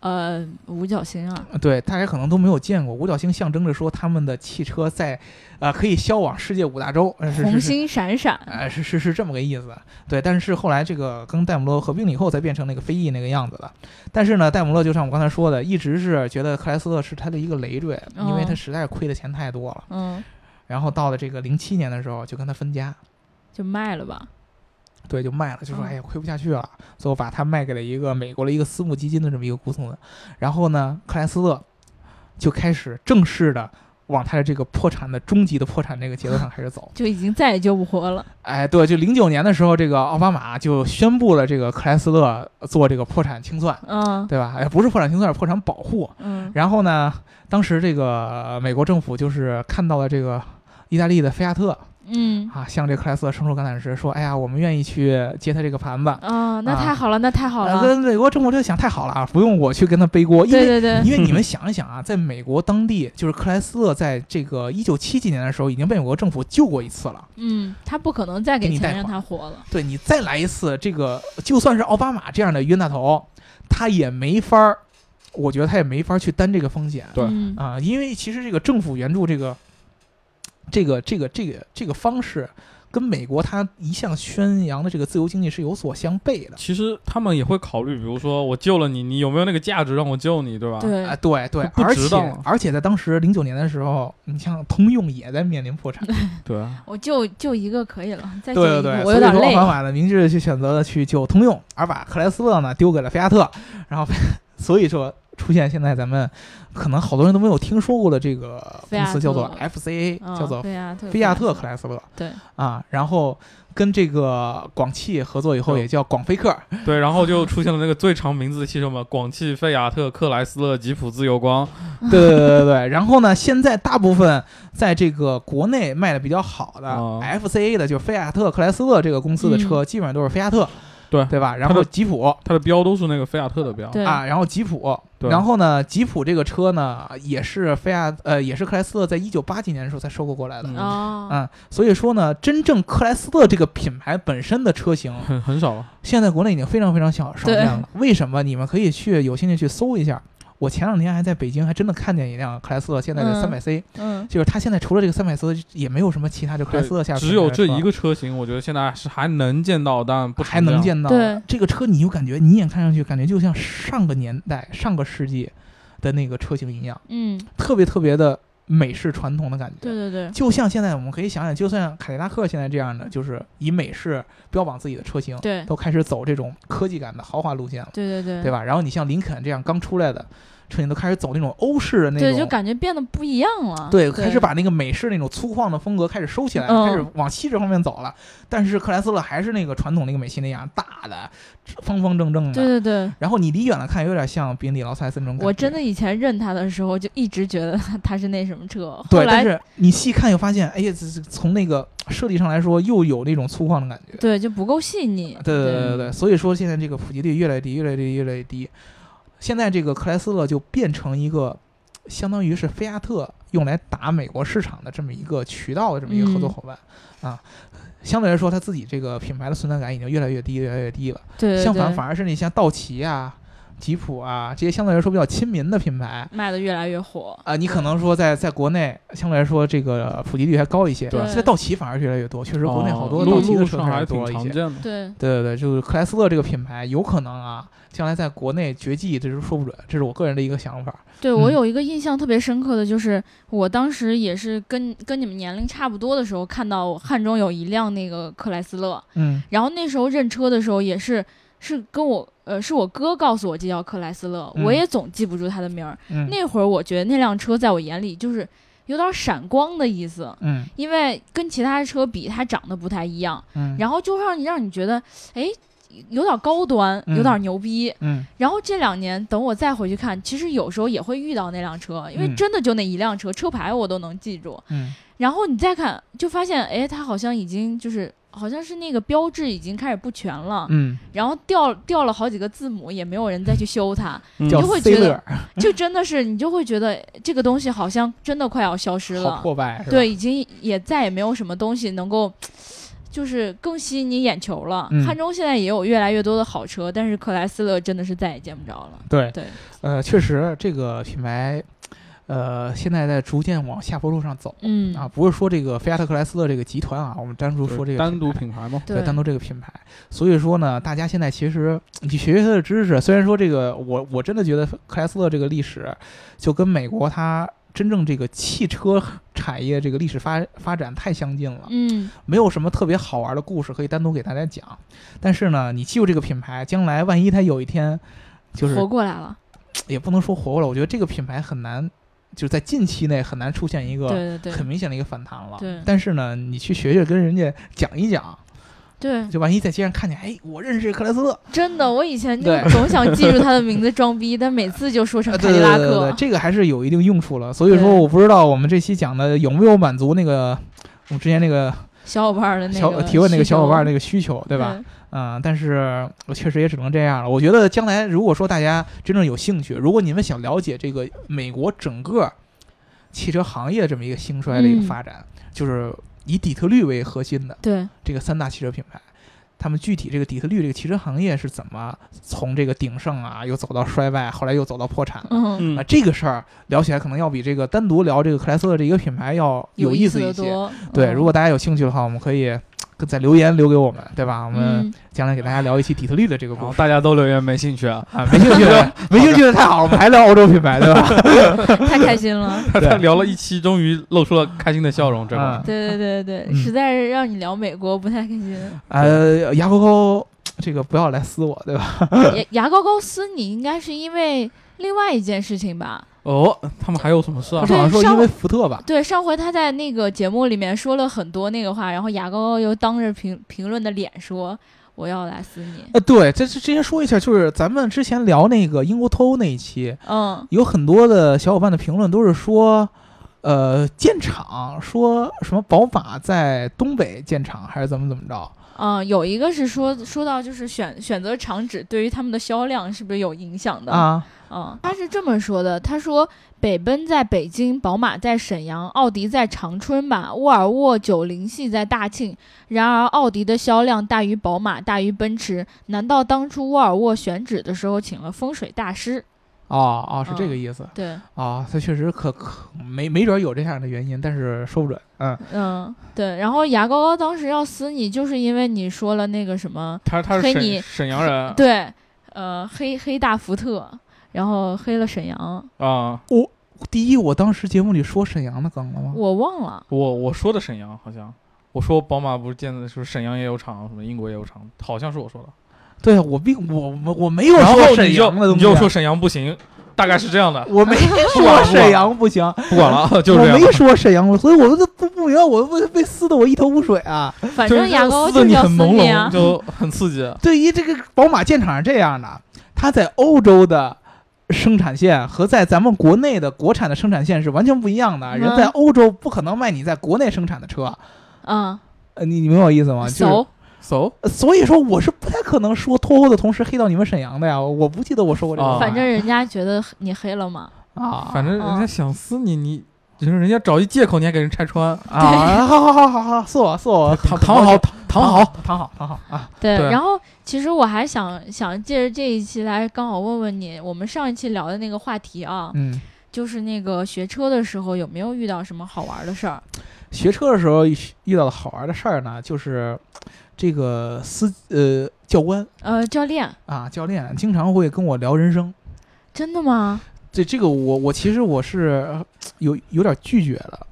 [SPEAKER 1] 呃五角星啊，
[SPEAKER 2] 对，大家可能都没有见过。五角星象征着说他们的汽车在，呃，可以销往世界五大洲，呃是
[SPEAKER 1] 红
[SPEAKER 2] 是是，
[SPEAKER 1] 星闪闪，
[SPEAKER 2] 呃，是是是这么个意思。对，但是后来这个跟戴姆勒合并了以后，才变成那个飞翼那个样子的。但是呢，戴姆勒就像我刚才说的，一直是觉得克莱斯勒是他的一个累赘，因为
[SPEAKER 1] 哦
[SPEAKER 2] 他实在是亏的钱太多了。
[SPEAKER 1] 嗯，
[SPEAKER 2] 然后到了这个零七年的时候，就跟他分家。
[SPEAKER 1] 就卖了吧，
[SPEAKER 2] 对，就卖了，就说
[SPEAKER 1] 嗯
[SPEAKER 2] 哎呀亏不下去了，所以我把它卖给了一个美国的一个私募基金的这么一个股东。然后呢，克莱斯勒就开始正式的往他的这个破产的终极的破产这个节奏上开始走
[SPEAKER 1] 。就已经再也救不活了。
[SPEAKER 2] 哎，对，就零九年的时候，这个奥巴马就宣布了这个克莱斯勒做这个破产清算，
[SPEAKER 1] 嗯
[SPEAKER 2] 对吧？哎，不是破产清算，是破产保护。
[SPEAKER 1] 嗯
[SPEAKER 2] 然后呢，当时这个美国政府就是看到了这个意大利的菲亚特
[SPEAKER 1] 嗯
[SPEAKER 2] 啊，向这克莱斯勒伸出橄榄枝，说：“哎呀，我们愿意去接他这个盘子。”
[SPEAKER 1] 啊，那
[SPEAKER 2] 啊
[SPEAKER 1] 太好了，那太好
[SPEAKER 2] 呃
[SPEAKER 1] 了，
[SPEAKER 2] 跟美国政府就想太好了啊，不用我去跟他背锅，因
[SPEAKER 1] 对
[SPEAKER 2] 为
[SPEAKER 1] 对对，
[SPEAKER 2] 因为你们想一想啊，在美国当地，就是克莱斯勒在这个一九七几年的时候已经被美国政府救过一次了。
[SPEAKER 1] 嗯，他不可能再
[SPEAKER 2] 给
[SPEAKER 1] 给
[SPEAKER 2] 你贷
[SPEAKER 1] 钱让
[SPEAKER 2] 款
[SPEAKER 1] 他活了，
[SPEAKER 2] 对你再来一次，这个就算是奥巴马这样的冤大头，他也没法儿，我觉得他也没法儿去担这个风险
[SPEAKER 3] 对
[SPEAKER 1] 嗯
[SPEAKER 2] 啊，因为其实这个政府援助这个这个这个这个这个方式。跟美国它一向宣扬的这个自由经济是有所相悖的。
[SPEAKER 3] 其实他们也会考虑，比如说我救了你，你有没有那个价值让我救你，对吧？
[SPEAKER 1] 对
[SPEAKER 2] 啊，对对，
[SPEAKER 3] 不
[SPEAKER 2] 而
[SPEAKER 3] 值
[SPEAKER 2] 且
[SPEAKER 3] 当
[SPEAKER 1] 啊
[SPEAKER 3] 了
[SPEAKER 2] 而且在当时零九年的时候，你像通用也在面临破产，
[SPEAKER 3] 对啊
[SPEAKER 1] 我就就一个可以了，再
[SPEAKER 2] 对
[SPEAKER 1] 救
[SPEAKER 2] 对
[SPEAKER 1] 一个
[SPEAKER 2] 对，
[SPEAKER 1] 我
[SPEAKER 2] 所
[SPEAKER 1] 有
[SPEAKER 2] 以
[SPEAKER 1] 点
[SPEAKER 2] 说奥
[SPEAKER 1] 累。啊
[SPEAKER 2] 巴马呢明智地去选择了去救通用，而把克莱斯勒呢丢给了菲亚特，然后 所以说出现现在咱们可能好多人都没有听说过的这个
[SPEAKER 1] 菲
[SPEAKER 2] 公
[SPEAKER 1] 亚
[SPEAKER 2] 司叫做
[SPEAKER 1] 特
[SPEAKER 2] FCA，
[SPEAKER 1] 嗯
[SPEAKER 2] 叫做
[SPEAKER 1] 菲亚特，
[SPEAKER 2] 菲亚特克莱斯勒
[SPEAKER 1] 对
[SPEAKER 2] 啊，然后跟这个广汽合作以后
[SPEAKER 3] 嗯
[SPEAKER 2] 也叫广菲克，
[SPEAKER 3] 对，然后就出现了那个最长名字的汽车嘛，广汽菲亚特克莱斯勒吉普自由光，
[SPEAKER 2] 对对对对对。然后呢，现在大部分在这个国内卖的比较好的
[SPEAKER 3] 哦嗯
[SPEAKER 2] FCA 的，就是菲亚特克莱斯勒这个公司的车，基本上都是菲亚特，
[SPEAKER 3] 对
[SPEAKER 2] 对吧？然
[SPEAKER 3] 它
[SPEAKER 2] 后
[SPEAKER 3] 的
[SPEAKER 2] 吉普
[SPEAKER 3] 它的标都是那个菲亚特的标。
[SPEAKER 1] 对
[SPEAKER 2] 啊，然后吉普，
[SPEAKER 3] 对
[SPEAKER 2] 然后呢，吉普这个车呢，也是菲亚呃，也是克莱斯勒在一九八几年的时候才收购过来的。
[SPEAKER 3] 嗯
[SPEAKER 1] 哦，
[SPEAKER 2] 嗯，所以说呢，真正克莱斯勒这个品牌本身的车型，
[SPEAKER 3] 很很少了，
[SPEAKER 2] 现在国内已经非常非常小少
[SPEAKER 1] 对
[SPEAKER 2] 见了。为什么？你们可以去有兴趣去搜一下。我前两天还在北京，还真的看见一辆克莱斯勒现在的
[SPEAKER 1] 嗯
[SPEAKER 2] 三百 C，
[SPEAKER 1] 嗯，
[SPEAKER 2] 就是它现在除了这个三百 C，也没有什么其他就克莱斯勒下
[SPEAKER 3] 只有这一
[SPEAKER 2] 个
[SPEAKER 3] 个车型，我觉得现在是还能见啊到，但不
[SPEAKER 2] 还
[SPEAKER 3] 常
[SPEAKER 2] 能见到。
[SPEAKER 1] 对
[SPEAKER 2] 这个车，你就感觉你一眼看上去，感觉就像上个年代、上个世纪的那个车型一样，
[SPEAKER 1] 嗯，
[SPEAKER 2] 特别特别的美式传统的感觉。
[SPEAKER 1] 对对对，
[SPEAKER 2] 就像现在我们可以想想，就算凯迪拉克现在这样的，就是以美式标榜自己的车型，
[SPEAKER 1] 对
[SPEAKER 2] 都开始走这种科技感的豪华路线了。
[SPEAKER 1] 对对对
[SPEAKER 2] 对？吧？然后你像林肯这样刚出来的车型，都开始走那种欧式的那种，
[SPEAKER 1] 对，就感觉变得不一样了。
[SPEAKER 2] 对开始把那个美式那种粗犷的风格开始收起来，
[SPEAKER 1] 嗯
[SPEAKER 2] 开始往西这方面走了。但是克莱斯勒还是那个传统那个美系那样大的、方方正正
[SPEAKER 1] 对
[SPEAKER 2] 的。
[SPEAKER 1] 对对，
[SPEAKER 2] 然后你离远了看，有点像宾利、劳斯莱斯嗯那种感觉。
[SPEAKER 1] 我真的以前认他的时候，就一直觉得他他是那什么车，后
[SPEAKER 2] 对，但
[SPEAKER 1] 来
[SPEAKER 2] 是你细看又发现，哎呀，这这从那个设计上来说，又有那种粗犷的感觉。
[SPEAKER 1] 对就不够细腻。
[SPEAKER 2] 对对对
[SPEAKER 1] 对
[SPEAKER 2] 对对，所以说现在这个普及率越来越低，越来越低，越来越低。现在这个克莱斯勒就变成一个，相当于是菲亚特用来打美国市场的这么一个渠道的这么一个合作
[SPEAKER 1] 嗯
[SPEAKER 2] 伙伴、啊。相对来说，他自己这个品牌的存在感已经越来越低，越来越低了。
[SPEAKER 1] 对对
[SPEAKER 2] 相反，
[SPEAKER 1] 对
[SPEAKER 2] 反而是那像道奇啊、吉普啊这些相对来说比较亲民的品牌
[SPEAKER 1] 卖的越来越火。
[SPEAKER 2] 啊、你可能说在在国内相对来说这个普及率还高一些。
[SPEAKER 1] 对
[SPEAKER 2] 现在道奇反而越来越多，确实国内好多
[SPEAKER 3] 哦
[SPEAKER 2] 道
[SPEAKER 3] 路
[SPEAKER 2] 奇的
[SPEAKER 3] 路
[SPEAKER 2] 车
[SPEAKER 3] 上
[SPEAKER 2] 开
[SPEAKER 3] 还
[SPEAKER 2] 始
[SPEAKER 3] 挺
[SPEAKER 2] 多了一
[SPEAKER 3] 常
[SPEAKER 2] 些。
[SPEAKER 3] 见的。
[SPEAKER 1] 对，
[SPEAKER 2] 对对对，就是克莱斯勒这个品牌有可能啊，将来在国内绝迹，这是说不准，这是我个人的一个想法。
[SPEAKER 1] 对我
[SPEAKER 2] 嗯
[SPEAKER 1] 有一个印象特别深刻的就是，我当时也是跟跟你们年龄差不多的时候，看到汉中有一辆那个克莱斯勒，
[SPEAKER 2] 嗯，
[SPEAKER 1] 然后那时候认车的时候也是是跟我呃是我哥告诉我这叫克莱斯勒，
[SPEAKER 2] 嗯
[SPEAKER 1] 我也总记不住它的名儿。
[SPEAKER 2] 嗯
[SPEAKER 1] 那会儿我觉得那辆车在我眼里就是有点闪光的意思，
[SPEAKER 2] 嗯
[SPEAKER 1] 因为跟其他车比它长得不太一样，
[SPEAKER 2] 嗯，
[SPEAKER 1] 然后就让你让你觉得哎有点高端，有点牛逼。
[SPEAKER 2] 嗯
[SPEAKER 1] 然后这两年等我再回去看，其实有时候也会遇到那辆车，因为
[SPEAKER 2] 嗯
[SPEAKER 1] 真的就那一辆车，车牌我都能记住。
[SPEAKER 2] 嗯
[SPEAKER 1] 然后你再看，就发现哎，它好像已经就是好像是那个标志已经开始不全了，
[SPEAKER 2] 嗯，
[SPEAKER 1] 然后掉掉了好几个字母，也没有人再去修它，
[SPEAKER 3] 嗯
[SPEAKER 2] 叫
[SPEAKER 1] 就会
[SPEAKER 2] C
[SPEAKER 1] 觉得
[SPEAKER 2] 乐，
[SPEAKER 1] 就真的是你就会觉得这个东西好像真的快要消失
[SPEAKER 2] 好
[SPEAKER 1] 了，
[SPEAKER 2] 破败，是吧，
[SPEAKER 1] 对，已经也再也没有什么东西能够。就是更吸引你眼球了。
[SPEAKER 2] 嗯
[SPEAKER 1] 汉中现在也有越来越多的好车，但是克莱斯勒真的是再也见不着了。
[SPEAKER 2] 对
[SPEAKER 1] 对，
[SPEAKER 2] 呃，确实这个品牌，呃，现在在逐渐往下坡路上走
[SPEAKER 1] 嗯
[SPEAKER 2] 啊，不是说这个菲亚特克莱斯勒这个集团啊，我们单独
[SPEAKER 3] 就是
[SPEAKER 2] 说这个
[SPEAKER 3] 单独
[SPEAKER 2] 牌
[SPEAKER 3] 品牌嘛，
[SPEAKER 1] 对，
[SPEAKER 2] 单独这个品牌。所以说呢，大家现在其实你去学学它的知识，虽然说这个我我真的觉得克莱斯勒这个历史就跟美国它真正这个汽车产业这个历史发发展太相近了，
[SPEAKER 1] 嗯，
[SPEAKER 2] 没有什么特别好玩的故事可以单独给大家讲。但是呢，你记住这个品牌，将来万一它有一天就是
[SPEAKER 1] 活过来了。
[SPEAKER 2] 也不能说活过来，我觉得这个品牌很难，就是在近期内很难出现一个。
[SPEAKER 1] 对对
[SPEAKER 2] 很明显的一个反弹了
[SPEAKER 1] 对，
[SPEAKER 2] 但是呢，你去学学，跟人家讲一讲，
[SPEAKER 1] 对对，
[SPEAKER 2] 就万一在街上看见，哎，我认识克莱斯勒，
[SPEAKER 1] 真的，我以前就
[SPEAKER 2] 对
[SPEAKER 1] 总想记住他的名字装 逼，但每次就说成
[SPEAKER 2] 啊
[SPEAKER 1] 凯
[SPEAKER 2] 对
[SPEAKER 1] 迪
[SPEAKER 2] 对
[SPEAKER 1] 拉
[SPEAKER 2] 对对对，
[SPEAKER 1] 克。
[SPEAKER 2] 这个还是有一定用处了。所以说，
[SPEAKER 1] 对
[SPEAKER 2] 我不知道我们这期讲的有没有满足那个我们之前那个
[SPEAKER 1] 小伙伴儿的那
[SPEAKER 2] 小、呃
[SPEAKER 1] 个
[SPEAKER 2] 提问那个小伙伴儿那
[SPEAKER 1] 个，
[SPEAKER 2] 个需求，对吧？？嗯，但是我确实也只能这样了。我觉得将来如果说大家真正有兴趣，如果你们想了解这个美国整个汽车行业这么一个兴衰的一个
[SPEAKER 1] 嗯
[SPEAKER 2] 发展，就是以底特律为核心的
[SPEAKER 1] 对
[SPEAKER 2] 这个三大汽车品牌。他们具体这个底特律这个汽车行业是怎么从这个鼎盛啊，又走到衰败，后来又走到破产
[SPEAKER 1] 对，嗯，
[SPEAKER 2] 啊，
[SPEAKER 3] 嗯，
[SPEAKER 2] 这个事儿聊起来可能要比这个单独聊这个克莱斯勒这一个品牌要有
[SPEAKER 1] 意
[SPEAKER 2] 思
[SPEAKER 1] 的
[SPEAKER 2] 一些。
[SPEAKER 1] 多。
[SPEAKER 2] 对，
[SPEAKER 1] 嗯
[SPEAKER 2] 如果大家有兴趣的话，我们可以在留言留给我们，对吧？我们
[SPEAKER 1] 嗯，
[SPEAKER 2] 将来给大家聊一期底特律的这个
[SPEAKER 3] 然
[SPEAKER 2] 故
[SPEAKER 3] 后
[SPEAKER 2] 事
[SPEAKER 3] 大家都留言没兴 趣啊，
[SPEAKER 2] 啊，没兴趣的，没兴趣的太好了，我们还聊欧洲品牌，对吧？
[SPEAKER 1] 太开心 了，
[SPEAKER 3] 大家
[SPEAKER 2] 对
[SPEAKER 3] 聊了一期，终于露出了开心的笑容，这会儿
[SPEAKER 2] 嗯
[SPEAKER 1] 对对对对，
[SPEAKER 2] 嗯
[SPEAKER 1] 实在是让你聊美国不太开 心。
[SPEAKER 2] 呃，牙膏膏这个不要来撕我，对吧？
[SPEAKER 1] 牙牙膏膏撕你应该是因为另外一件事情吧？
[SPEAKER 3] 哦，他们还有什么事啊
[SPEAKER 2] 他？好像说
[SPEAKER 1] 对上
[SPEAKER 2] 因为福特吧，
[SPEAKER 1] 对，上回他在那个节目里面说了很多那个话，然后牙膏膏又当着评评论的脸说我要来撕你。
[SPEAKER 2] 呃，对，这这之前说一下，就是咱们之前聊那个英国脱欧那一期，
[SPEAKER 1] 嗯，
[SPEAKER 2] 有很多的小伙伴的评论都是说，呃，建厂说什么宝马在东北建厂还是怎么怎么着？
[SPEAKER 1] 嗯，有一个是说说到就是选选择厂址对于他们的销量是不是有影响的？
[SPEAKER 2] 啊，
[SPEAKER 1] 嗯，他是这么说的，他说北奔在北京，宝马在沈阳，奥迪在长春吧，沃尔沃九零系在大庆。然而奥迪的销量大于宝马，大于奔驰，难道当初沃尔沃选址的时候请了风水大师？
[SPEAKER 2] 哦哦，是这
[SPEAKER 1] 嗯
[SPEAKER 2] 个意思
[SPEAKER 1] 对，
[SPEAKER 2] 啊，它确实可可没没准儿有这样的原因，但是说不准。嗯，
[SPEAKER 1] 嗯，对。然后牙膏膏当时要撕你，就是因为你说了那个什么，
[SPEAKER 3] 他他是
[SPEAKER 1] 黑你
[SPEAKER 3] 沈沈阳人
[SPEAKER 1] 对，呃，黑黑大福特，然后黑了沈阳，
[SPEAKER 3] 啊，
[SPEAKER 2] 第一，我当时节目里说沈阳的梗了吗？
[SPEAKER 1] 我忘了。
[SPEAKER 3] 我我说的沈阳好像，我说宝马不是建的是沈阳也有厂，什么英国也有厂，好像是我说的。
[SPEAKER 2] 对，啊我并我我我没有
[SPEAKER 3] 然后
[SPEAKER 2] 说
[SPEAKER 3] 你
[SPEAKER 2] 沈
[SPEAKER 3] 就
[SPEAKER 2] 阳的东
[SPEAKER 3] 你
[SPEAKER 2] 西，啊
[SPEAKER 3] 就说沈阳不行，大概是这样的。
[SPEAKER 2] 我 没
[SPEAKER 3] 不
[SPEAKER 2] 说
[SPEAKER 3] 管了
[SPEAKER 2] 沈阳不行，
[SPEAKER 3] 不管了，啊就是
[SPEAKER 2] 我
[SPEAKER 3] 这样
[SPEAKER 2] 没。说沈阳，所以我都不不明白，我被被撕的我一头雾水啊！
[SPEAKER 1] 反
[SPEAKER 3] 就是
[SPEAKER 1] 正牙膏
[SPEAKER 3] 撕
[SPEAKER 1] 就
[SPEAKER 3] 的
[SPEAKER 1] 是
[SPEAKER 3] 你
[SPEAKER 1] 要
[SPEAKER 3] 很
[SPEAKER 1] 撕
[SPEAKER 3] 朦
[SPEAKER 1] 你啊
[SPEAKER 3] 胧，。就很刺激。啊
[SPEAKER 2] 对于这个宝马建厂是这样的，它在欧洲的生产线和在咱们国内的国产的生产线是完全不一样的。
[SPEAKER 1] 嗯
[SPEAKER 2] 人在欧洲不可能卖你在国内生产的车，
[SPEAKER 1] 嗯，
[SPEAKER 2] 呃，你你明白我意思吗？就是
[SPEAKER 1] 熟。
[SPEAKER 3] So，
[SPEAKER 2] 呃所以说我是不太可能说脱欧的同时黑到你们沈阳的呀，我不记得我说过这个
[SPEAKER 3] 啊
[SPEAKER 2] 话呀。
[SPEAKER 1] 反正人家觉得你黑了嘛，
[SPEAKER 2] 啊，
[SPEAKER 3] 反正人家想撕你，你就是人家找一借口，你还给人拆穿。
[SPEAKER 2] 啊，好好好好好，是我是我，很
[SPEAKER 3] 躺躺
[SPEAKER 2] 高
[SPEAKER 3] 好
[SPEAKER 2] 兴
[SPEAKER 3] 躺躺好，
[SPEAKER 2] 躺好躺好啊，
[SPEAKER 1] 对。
[SPEAKER 3] 对
[SPEAKER 1] 然后其实我还想想借着这一期来刚好问问你，我们上一期聊的那个话题啊，
[SPEAKER 2] 嗯。
[SPEAKER 1] 就是那个学车的时候有没有遇到什么好玩的事儿？
[SPEAKER 2] 学车的时候遇遇到的好玩的事儿呢，就是这个司呃教官
[SPEAKER 1] 呃，教练，
[SPEAKER 2] 啊教练经常会跟我聊人生。
[SPEAKER 1] 真的吗？
[SPEAKER 2] 这这个我我其实我是呃有有点拒绝了，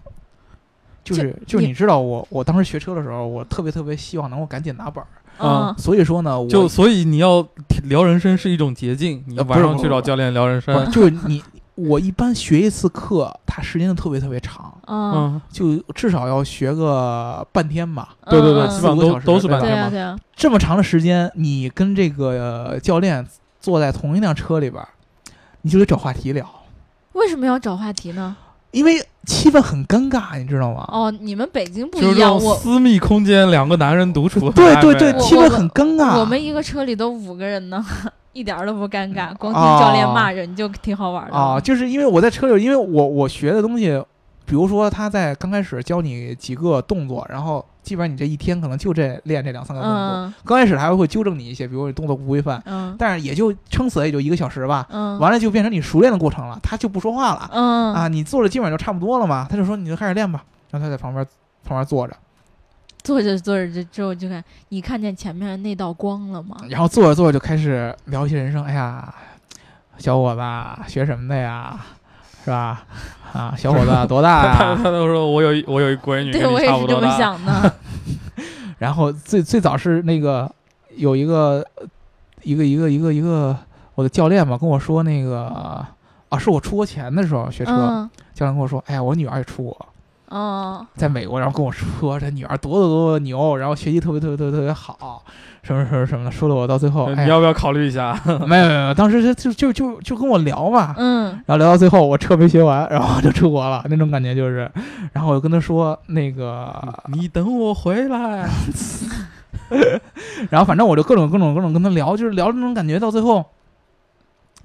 [SPEAKER 2] 就是就是你知道我我当时学车的时候，我特别特别希望能够赶紧拿本儿，
[SPEAKER 1] 嗯
[SPEAKER 3] 啊，
[SPEAKER 2] 所以说呢我
[SPEAKER 3] 就所以你要聊人生是一种捷径，你
[SPEAKER 2] 呃不
[SPEAKER 3] 晚
[SPEAKER 2] 是
[SPEAKER 3] 上
[SPEAKER 2] 不
[SPEAKER 3] 去
[SPEAKER 2] 是
[SPEAKER 3] 找
[SPEAKER 2] 不是
[SPEAKER 3] 教练聊人
[SPEAKER 2] 不是
[SPEAKER 3] 生。
[SPEAKER 2] 就是你我一般学一次课，它时间就特别特别长，
[SPEAKER 1] 嗯，
[SPEAKER 3] 嗯，
[SPEAKER 2] 就至少要学个半天吧。
[SPEAKER 1] 嗯
[SPEAKER 3] 对对对，
[SPEAKER 1] 嗯
[SPEAKER 2] 吧
[SPEAKER 3] 基本上
[SPEAKER 2] 四五个
[SPEAKER 3] 都
[SPEAKER 2] 小时
[SPEAKER 3] 都是半
[SPEAKER 1] 对
[SPEAKER 3] 天
[SPEAKER 1] 啊
[SPEAKER 3] 嘛。
[SPEAKER 1] 对啊，
[SPEAKER 2] 这么长的时间，你跟这个、呃教练坐在同一辆车里边儿，你就得找话题聊，
[SPEAKER 1] 为什么要找话题呢？
[SPEAKER 2] 因为气氛很尴尬，你知道吗？
[SPEAKER 1] 哦，你们北京不
[SPEAKER 3] 啊就是
[SPEAKER 1] 一
[SPEAKER 3] 这
[SPEAKER 1] 样，
[SPEAKER 3] 种
[SPEAKER 1] 我
[SPEAKER 3] 私密空间，两个男人 独处。
[SPEAKER 2] 对对对
[SPEAKER 3] 哎，
[SPEAKER 1] 我
[SPEAKER 2] 气氛很尴尬。
[SPEAKER 1] 我们一个车里都五个人呢， 一点儿都不尴
[SPEAKER 3] 嗯
[SPEAKER 1] 尬，光听
[SPEAKER 2] 哦
[SPEAKER 1] 教
[SPEAKER 3] 啊
[SPEAKER 1] 练骂人就挺好玩的
[SPEAKER 2] 啊，就是因为我在车里，因为我我学的东西，比如说他在刚开始教你几个动作，然后基本上你这一天可能就这练这两三个动作。
[SPEAKER 1] 嗯
[SPEAKER 2] 刚开始还会纠正你一些，比如你动作不规范，
[SPEAKER 1] 嗯
[SPEAKER 2] 但是也就撑死了也就一个小时吧，
[SPEAKER 1] 嗯，
[SPEAKER 2] 完了就变成你熟练的过程了，他就不说话了。
[SPEAKER 1] 嗯
[SPEAKER 2] 啊，你坐着基本上就差不多了嘛。他就说你就开始练吧，然后他在旁边旁边坐着，
[SPEAKER 1] 坐着坐着之后就看，你看见前面那道光了吗？
[SPEAKER 2] 然后坐着坐着就开始聊一些人生。哎呀，小伙子啊学什么的呀？是吧？啊，小伙子多大
[SPEAKER 3] 他 他
[SPEAKER 2] 呀？
[SPEAKER 3] 他都说我有一我有一闺女，
[SPEAKER 1] 对，
[SPEAKER 3] 跟你
[SPEAKER 1] 我也
[SPEAKER 3] 差不
[SPEAKER 1] 是这
[SPEAKER 3] 多
[SPEAKER 1] 么
[SPEAKER 3] 大。
[SPEAKER 1] 想的。
[SPEAKER 2] 然后最最早是那个有一个一个一个一个一个我的教练嘛跟我说那个啊，是我出国前的时候学车，
[SPEAKER 1] 嗯
[SPEAKER 2] 教练跟我说，哎呀，我女儿也出国。
[SPEAKER 1] 嗯
[SPEAKER 2] 在美国，然后跟我说他女儿多多多多牛，然后学习特别特别特别特别好，什么什么什么的，说的我到最后，哎
[SPEAKER 3] 呃你
[SPEAKER 2] 呀，
[SPEAKER 3] 要不要考虑一下？
[SPEAKER 2] 没有没有没有，当时就就就就跟我聊嘛，
[SPEAKER 1] 嗯
[SPEAKER 2] 然后聊到最后我车没学完，然后就出国了，那种感觉就是，然后我就跟他说那个，
[SPEAKER 3] 你等我回来。
[SPEAKER 2] 然后反正我就各种各种各种跟他聊，就是聊那种感觉，到最后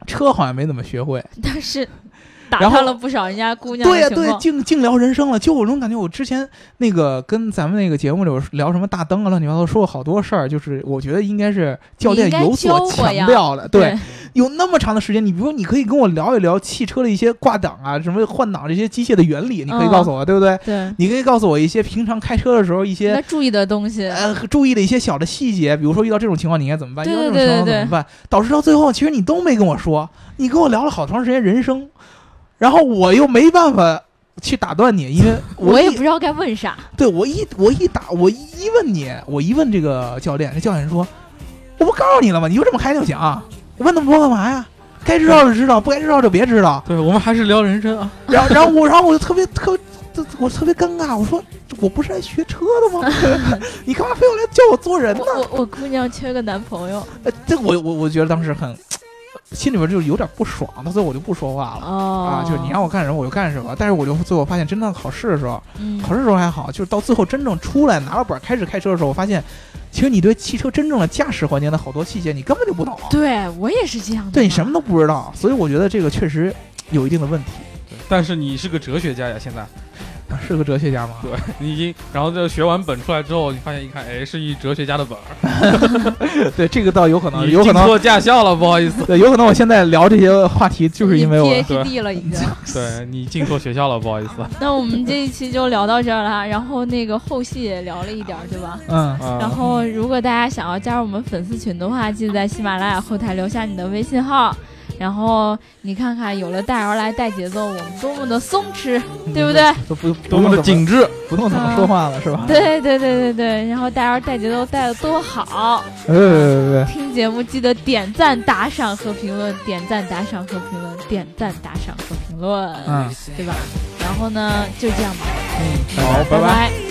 [SPEAKER 2] 车好像没怎么学会，
[SPEAKER 1] 但是打
[SPEAKER 2] 然后
[SPEAKER 1] 探了不少人家姑娘
[SPEAKER 2] 对呀、
[SPEAKER 1] 的情
[SPEAKER 2] 对，
[SPEAKER 1] 况。
[SPEAKER 2] 净净聊人生了。就我这种感觉，我之前那个跟咱们那个节目里边聊什么大灯啊、乱七八糟，说过好多事儿，就是我觉得应该是教练有所强调的。对，， 有那么长的时间，你比如你可以跟我聊一聊汽车的一些挂档啊、什么换挡这些机械的原理，你可以
[SPEAKER 1] 嗯
[SPEAKER 2] 告诉我，对不对？
[SPEAKER 1] 对，
[SPEAKER 2] 你可以告诉我一些平常开车的时候一些
[SPEAKER 1] 那注意的东西，
[SPEAKER 2] 呃，注意的一些小的细节，比如说遇到这种情况你应该怎么办，遇
[SPEAKER 1] 对
[SPEAKER 2] 到这种
[SPEAKER 1] 对
[SPEAKER 2] 情况
[SPEAKER 1] 对
[SPEAKER 2] 怎么办，导致到最后其实你都没跟我说，你跟我聊了好长时间人生，然后我又没办法去打断你，因为
[SPEAKER 1] 我也
[SPEAKER 2] 一
[SPEAKER 1] 不知道该问啥。
[SPEAKER 2] 对我一我一打我一问你，我一问这个教练，这教练说，我不告诉你了吗？你就这么开就行，啊问那么多干嘛呀？该知道就知道，不该知道就别知 道。
[SPEAKER 3] 对我们还是聊人生啊，
[SPEAKER 2] 然后，然后我，然后我就特别特，特我特别尴尬。我说，我不是来学车的 吗？ 你干嘛非要来教我做人呢
[SPEAKER 1] 我？我我姑娘缺个男朋友
[SPEAKER 2] 呃，这我我我觉得当时很，心里边就是有点不爽，到最后我就不说话了。
[SPEAKER 1] 哦
[SPEAKER 2] 啊，就是你让我干什么我就干什么，但是我就最后发现，真到考试的时候，
[SPEAKER 1] 嗯
[SPEAKER 2] 考试的时候还好，就是到最后真正出来拿了本儿开始开车的时候，我发现，其实你对汽车真正的驾驶环节的好多细节你根本就不懂，
[SPEAKER 1] 对我也是这样的嘛，
[SPEAKER 2] 对你什么都不知道，所以我觉得这个确实有一定的问题。
[SPEAKER 3] 对但是你是个哲学家呀，现在
[SPEAKER 2] 啊是个哲学家吗？
[SPEAKER 3] 对你已经，然后就学完本出来之后，你发现一看，哎，是一哲学家的本儿，
[SPEAKER 2] 对，这个倒有可能，
[SPEAKER 3] 你
[SPEAKER 2] 有可
[SPEAKER 3] 进
[SPEAKER 2] 能，
[SPEAKER 3] 错驾校了，不好意思，
[SPEAKER 2] 对，有可能我现在聊这些话题就是因为我
[SPEAKER 1] PhD 了已 经。
[SPEAKER 3] 对你进错学校了，不好意思。
[SPEAKER 1] 那我们这一期就聊到这儿了，然后那个后戏也聊了一点儿，对吧？
[SPEAKER 2] 嗯，
[SPEAKER 3] 啊
[SPEAKER 1] 然后，如果大家想要加入我们粉丝群的话，记得在喜马拉雅后台留下你的微信号。然后你看看，有了带而来带节奏，我们多么的松弛，对不对？
[SPEAKER 2] 都不
[SPEAKER 3] 多么的紧致，
[SPEAKER 2] 不用怎么说话了，是吧？
[SPEAKER 1] 对对对对对。然后带而带节奏带的多好，
[SPEAKER 2] 对对对，
[SPEAKER 1] 听节目记得点赞、打赏和评论，点赞、打赏和评论，点赞、打赏和评论，
[SPEAKER 2] 嗯，
[SPEAKER 1] 对吧？然后呢，就这样吧，
[SPEAKER 2] 好，
[SPEAKER 1] 拜
[SPEAKER 2] 拜拜。
[SPEAKER 1] 拜